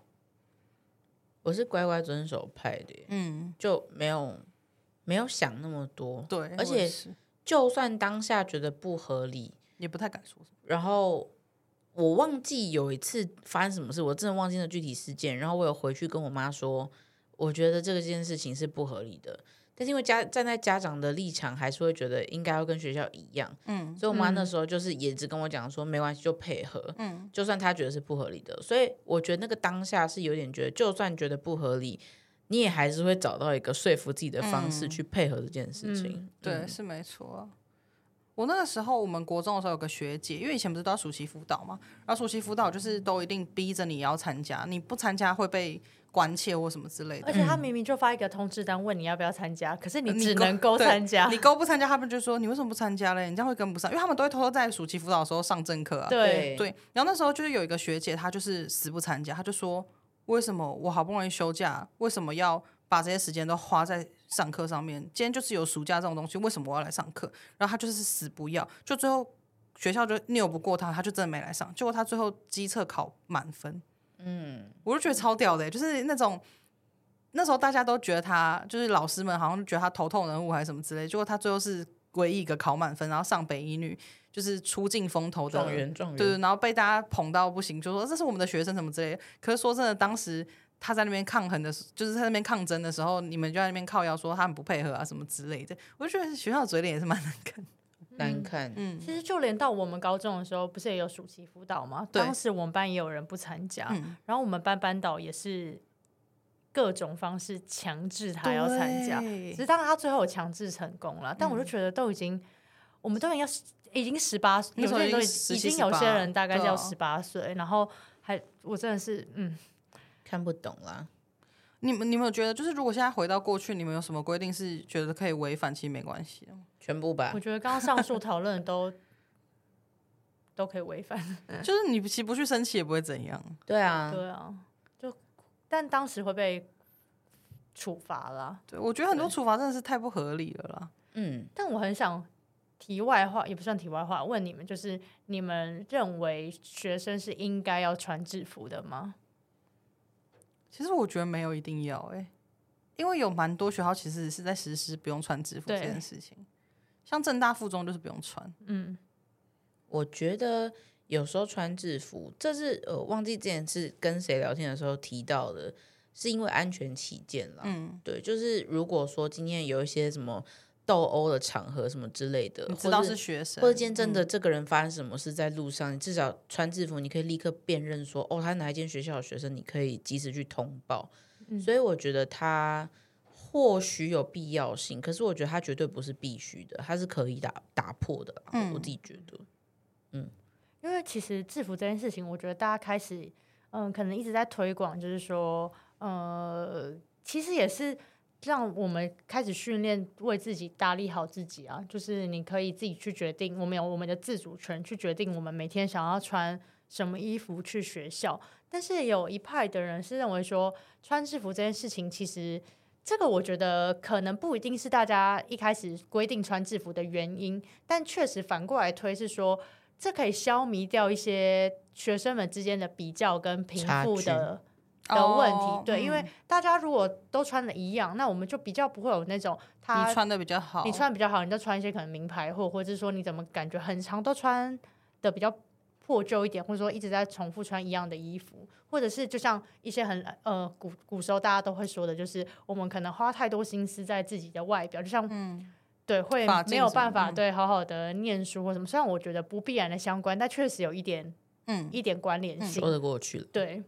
S2: 我是乖乖遵守派的耶，
S1: 嗯，
S2: 就没有没有想那么多。
S1: 对，
S2: 而
S1: 我也
S2: 且
S1: 是
S2: 就算当下觉得不合理，
S1: 也不太敢说什么。
S2: 然后我忘记有一次发生什么事，我真的忘记了具体事件。然后我有回去跟我妈说，我觉得这个件事情是不合理的。但是因为家站在家长的立场，还是会觉得应该要跟学校一样，
S1: 嗯
S2: 所以我妈
S3: 嗯
S2: 那时候就是也只跟我讲说，没关系，就配合。
S1: 嗯，
S2: 就算她觉得是不合理的，所以我觉得那个当下是有点觉得，就算觉得不合理，你也还是会找到一个说服自己的方式
S1: 嗯
S2: 去配合这件事情
S3: 嗯。
S1: 对，
S2: 嗯
S1: 是没错啊。我那个时候，我们国中的时候有个学姐，因为以前不是都要暑期辅导嘛，然后暑期辅导就是都一定逼着你要参加，你不参加会被关切或什么之类的
S3: 而。且他明明就发一个通知单问你要不要参加，可是嗯呃你
S1: 呃你
S3: 只
S1: 勾
S3: 能勾
S1: 对
S3: 参加
S1: 你。勾不参加，他们就说你为什么不参加嘞？你这样会跟不上，因为他们都会偷偷在暑期辅导的时候上正课啊。
S3: 对，
S1: 对，然后那时候就是有一个学姐，她就是死不参加，她就说为什么我好不容易休假，为什么要把这些时间都花在上课上面？今天就是有暑假这种东西，为什么我要来上课？然后她就是死不要，就最后学校就拗不过她，她就真的没来上，结果她最后机测考满分，
S2: 嗯，
S1: 我就觉得超屌的欸、就是那种。那时候大家都觉得她，就是老师们好像觉得她头痛人物还是什么之类，结果她最后是唯一一个考满分，然后上北一女就是出尽风头的
S2: 状元状元，
S1: 对，然后被大家捧到不行，就说这是我们的学生什么之类的。可是说真的，当时他在那边抗衡的时，就是在那边抗争的时候，你们就在那边靠腰说他们不配合啊什么之类的。我就觉得学校的嘴脸也是蛮难看的。
S2: 难看。
S1: 嗯
S3: 其实就连到我们高中的时候，不是也有暑期辅导吗？
S1: 对
S3: 当时我们班也有人不参加，
S1: 嗯，
S3: 然后我们班班导也是各种方式强制他要参加，
S1: 对嗯
S3: 只是当然他最后有强制成功了，但我就觉得都已经，我们都已经要已经十八，
S1: 那
S3: 有
S1: 时候
S3: 些人都
S1: 已
S3: 已
S1: 经
S3: 已
S1: 17
S3: 经有些人大概
S1: 18
S3: 要
S1: 对啊
S3: 十八岁，然后还我真的是嗯，
S2: 看不懂啦。
S1: 你们你们有觉得，就是如果现在回到过去，你们有什么规定是觉得可以违反，其实没关系的吗？
S2: 全部吧
S3: 我。觉得刚刚上述讨论的都都可以违反，
S1: 就是你其实不去生气也不会怎样。
S2: 对
S1: 嗯
S2: 啊，
S3: 对啊，就但当时会被处罚啦。
S1: 对，我觉得很多处罚真的是太不合理了啦。
S2: 嗯，
S3: 但我很想题外话，也不算题外话，问你们，就是你们认为学生是应该要穿制服的吗？
S1: 其实我觉得没有一定要哎、因为有蛮多学校其实是在实施不用穿制服这
S3: 对
S1: 件事情，像正大附中就是不用穿。啊
S3: 嗯，
S2: 我觉得有时候穿制服，这是呃忘记之前是跟谁聊天的时候提到的，是因为安全起见啦。
S1: 嗯，
S2: 对，就是如果说今天有一些什么斗殴的场合什么之类的，
S3: 呃
S1: 你
S2: 或
S1: 知道
S2: 是
S1: 是学生，
S2: 或者今天真
S3: 嗯
S2: 的这个人发生什么事在路上，你至少穿制服，你可以立刻辨认说，哦，他哪一间学校的学生，你可以及时去通报。
S3: 嗯
S2: 所以我觉得他或许有必要性，可是我觉得他绝对不是必须的，他是可以打打破的啦。我
S3: 嗯
S2: 我自己觉得，
S3: 因为其实制服这件事情，我觉得大家开始，嗯，可能一直在推广，就是说，呃，其实也是让我们开始训练，为自己打理好自己啊。就是你可以自己去决定，我们有我们的自主权去决定我们每天想要穿什么衣服去学校。但是有一派的人是认为说，穿制服这件事情其实。这个我觉得可能不一定是大家一开始规定穿制服的原因，但确实反过来推是说，这可以消弭掉一些学生们之间的比较跟贫
S2: 差
S3: 富
S2: 距
S3: 的的问题。
S1: 哦
S3: 对，因为
S1: 嗯
S3: 大家如果都穿的一样，那我们就比较不会有那种他
S1: 你穿的比较好，
S3: 你穿比较好，你就穿一些可能名牌货，或者是说你怎么感觉很长都穿的比较破旧一点，或者说一直在重复穿一样的衣服，或者是就像一些很呃古古时候大家都会说的，就是我们可能花太多心思在自己的外表，就像
S1: 嗯，
S3: 对会
S1: 发髻
S3: 没有
S1: 什么
S3: 办法
S1: 嗯
S3: 对好好的念书或什么。虽然我觉得不必然的相关，但确实有一点
S1: 嗯
S3: 一点关联
S1: 嗯
S3: 性。
S2: 说得过去了。
S3: 对，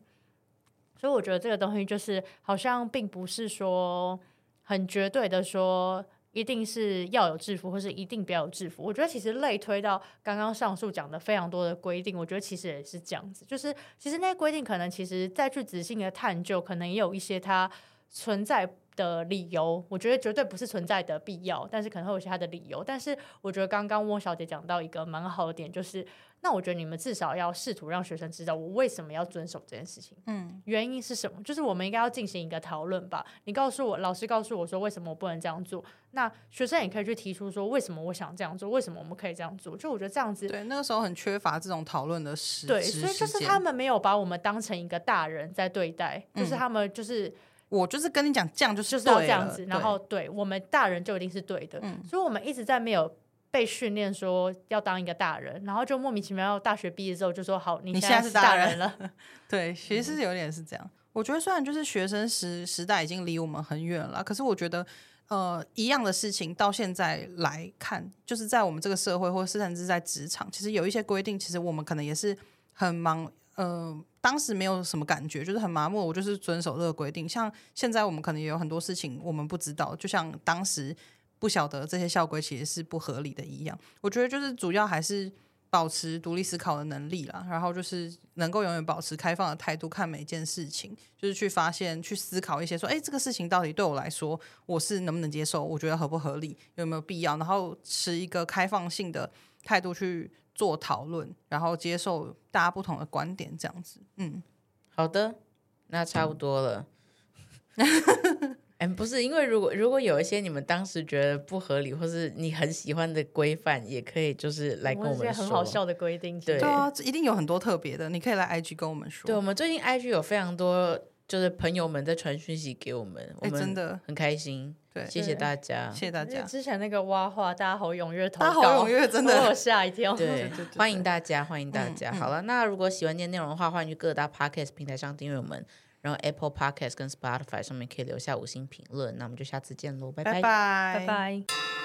S3: 所以我觉得这个东西就是好像并不是说很绝对的说一定是要有制服，或是一定不要有制服。我觉得其实类推到刚刚上述讲的非常多的规定，我觉得其实也是这样子，就是其实那些规定可能其实再去仔细的探究，可能也有一些它存在。的理由，我觉得绝对不是存在的必要，但是可能会有一些它的理由。但是我觉得刚刚翁小姐讲到一个蛮好的点，就是那我觉得你们至少要试图让学生知道我为什么要遵守这件事情，
S1: 嗯，
S3: 原因是什么？就是我们应该要进行一个讨论吧。你告诉我，老师告诉我说为什么我不能这样做，那学生也可以去提出说为什么我想这样做，为什么我们可以这样做。就我觉得这样子。
S1: 对，那个时候很缺乏这种讨论的时
S3: 对，
S1: 时
S3: 所以就是
S1: 时间
S3: 他们没有把我们当成一个大人在对待，就是
S1: 嗯
S3: 他们就是
S1: 我就是跟你讲，这样就
S3: 就是是要
S1: 对
S3: 这样
S1: 了对
S3: 子，然后对我们大人就一定是对的，
S1: 嗯
S3: 所以我们一直在没有被训练说要当一个大人，然后就莫名其妙大学毕业之后就说好，你
S1: 你
S3: 现
S1: 现在
S3: 是
S1: 是大人
S3: 人了，
S1: 对，其实是有点是这样。我觉得虽然就是学生时时代已经离我们很远了，可是我觉得，呃，一样的事情到现在来看，就是在我们这个社会，或是甚至在职场，其实有一些规定，其实我们可能也是很忙，呃，当时没有什么感觉，就是很麻木，我就是遵守这个规定。像现在我们可能也有很多事情我们不知道，就像当时不晓得这些校规其实是不合理的一样。我觉得就是主要还是保持独立思考的能力啦，然后就是能够永远保持开放的态度看每件事情，就是去发现、去思考一些说，哎，这个事情到底对我来说，我是能不能接受，我觉得合不合理，有没有必要，然后持一个开放性的态度去做讨论，然后接受大家不同的观点，这样子，嗯，
S2: 好的，那差不多了。 嗯，不是，因为如果如果有一些你们当时觉得不合理，或是你很喜欢的规范，也可以就是来跟
S3: 我
S2: 我
S3: 们这些
S2: 们说。
S3: 很好笑的规定，其实
S2: 对
S1: 对啊，这一定有很多特别的，你可以来 IG 跟我们
S2: 对，我
S1: 说，
S2: 们最近 IG 有非常多就是朋友们在传讯息给我们，我
S1: 哎，
S2: 们
S1: 真的，
S2: 很开心，
S1: 对
S2: 谢谢大家，
S1: 谢谢大
S3: 因为
S1: 家，
S3: 之前那个挖话，大家好踊跃投
S1: 大
S3: 稿，
S1: 家好踊跃，真
S3: 我有
S1: 的，
S3: 吓一跳。
S2: 对
S1: 对对，
S2: 欢迎大家，欢迎大
S1: 嗯
S2: 家。
S1: 嗯
S2: 好了，那如果喜欢今天内容的话，欢迎去各大 podcast 平台上订阅我们，然后 Apple Podcast 跟 Spotify 上面可以留下五星评论。那我们就下次见喽，拜
S1: 拜
S2: 拜。
S1: 拜，
S3: 拜。拜。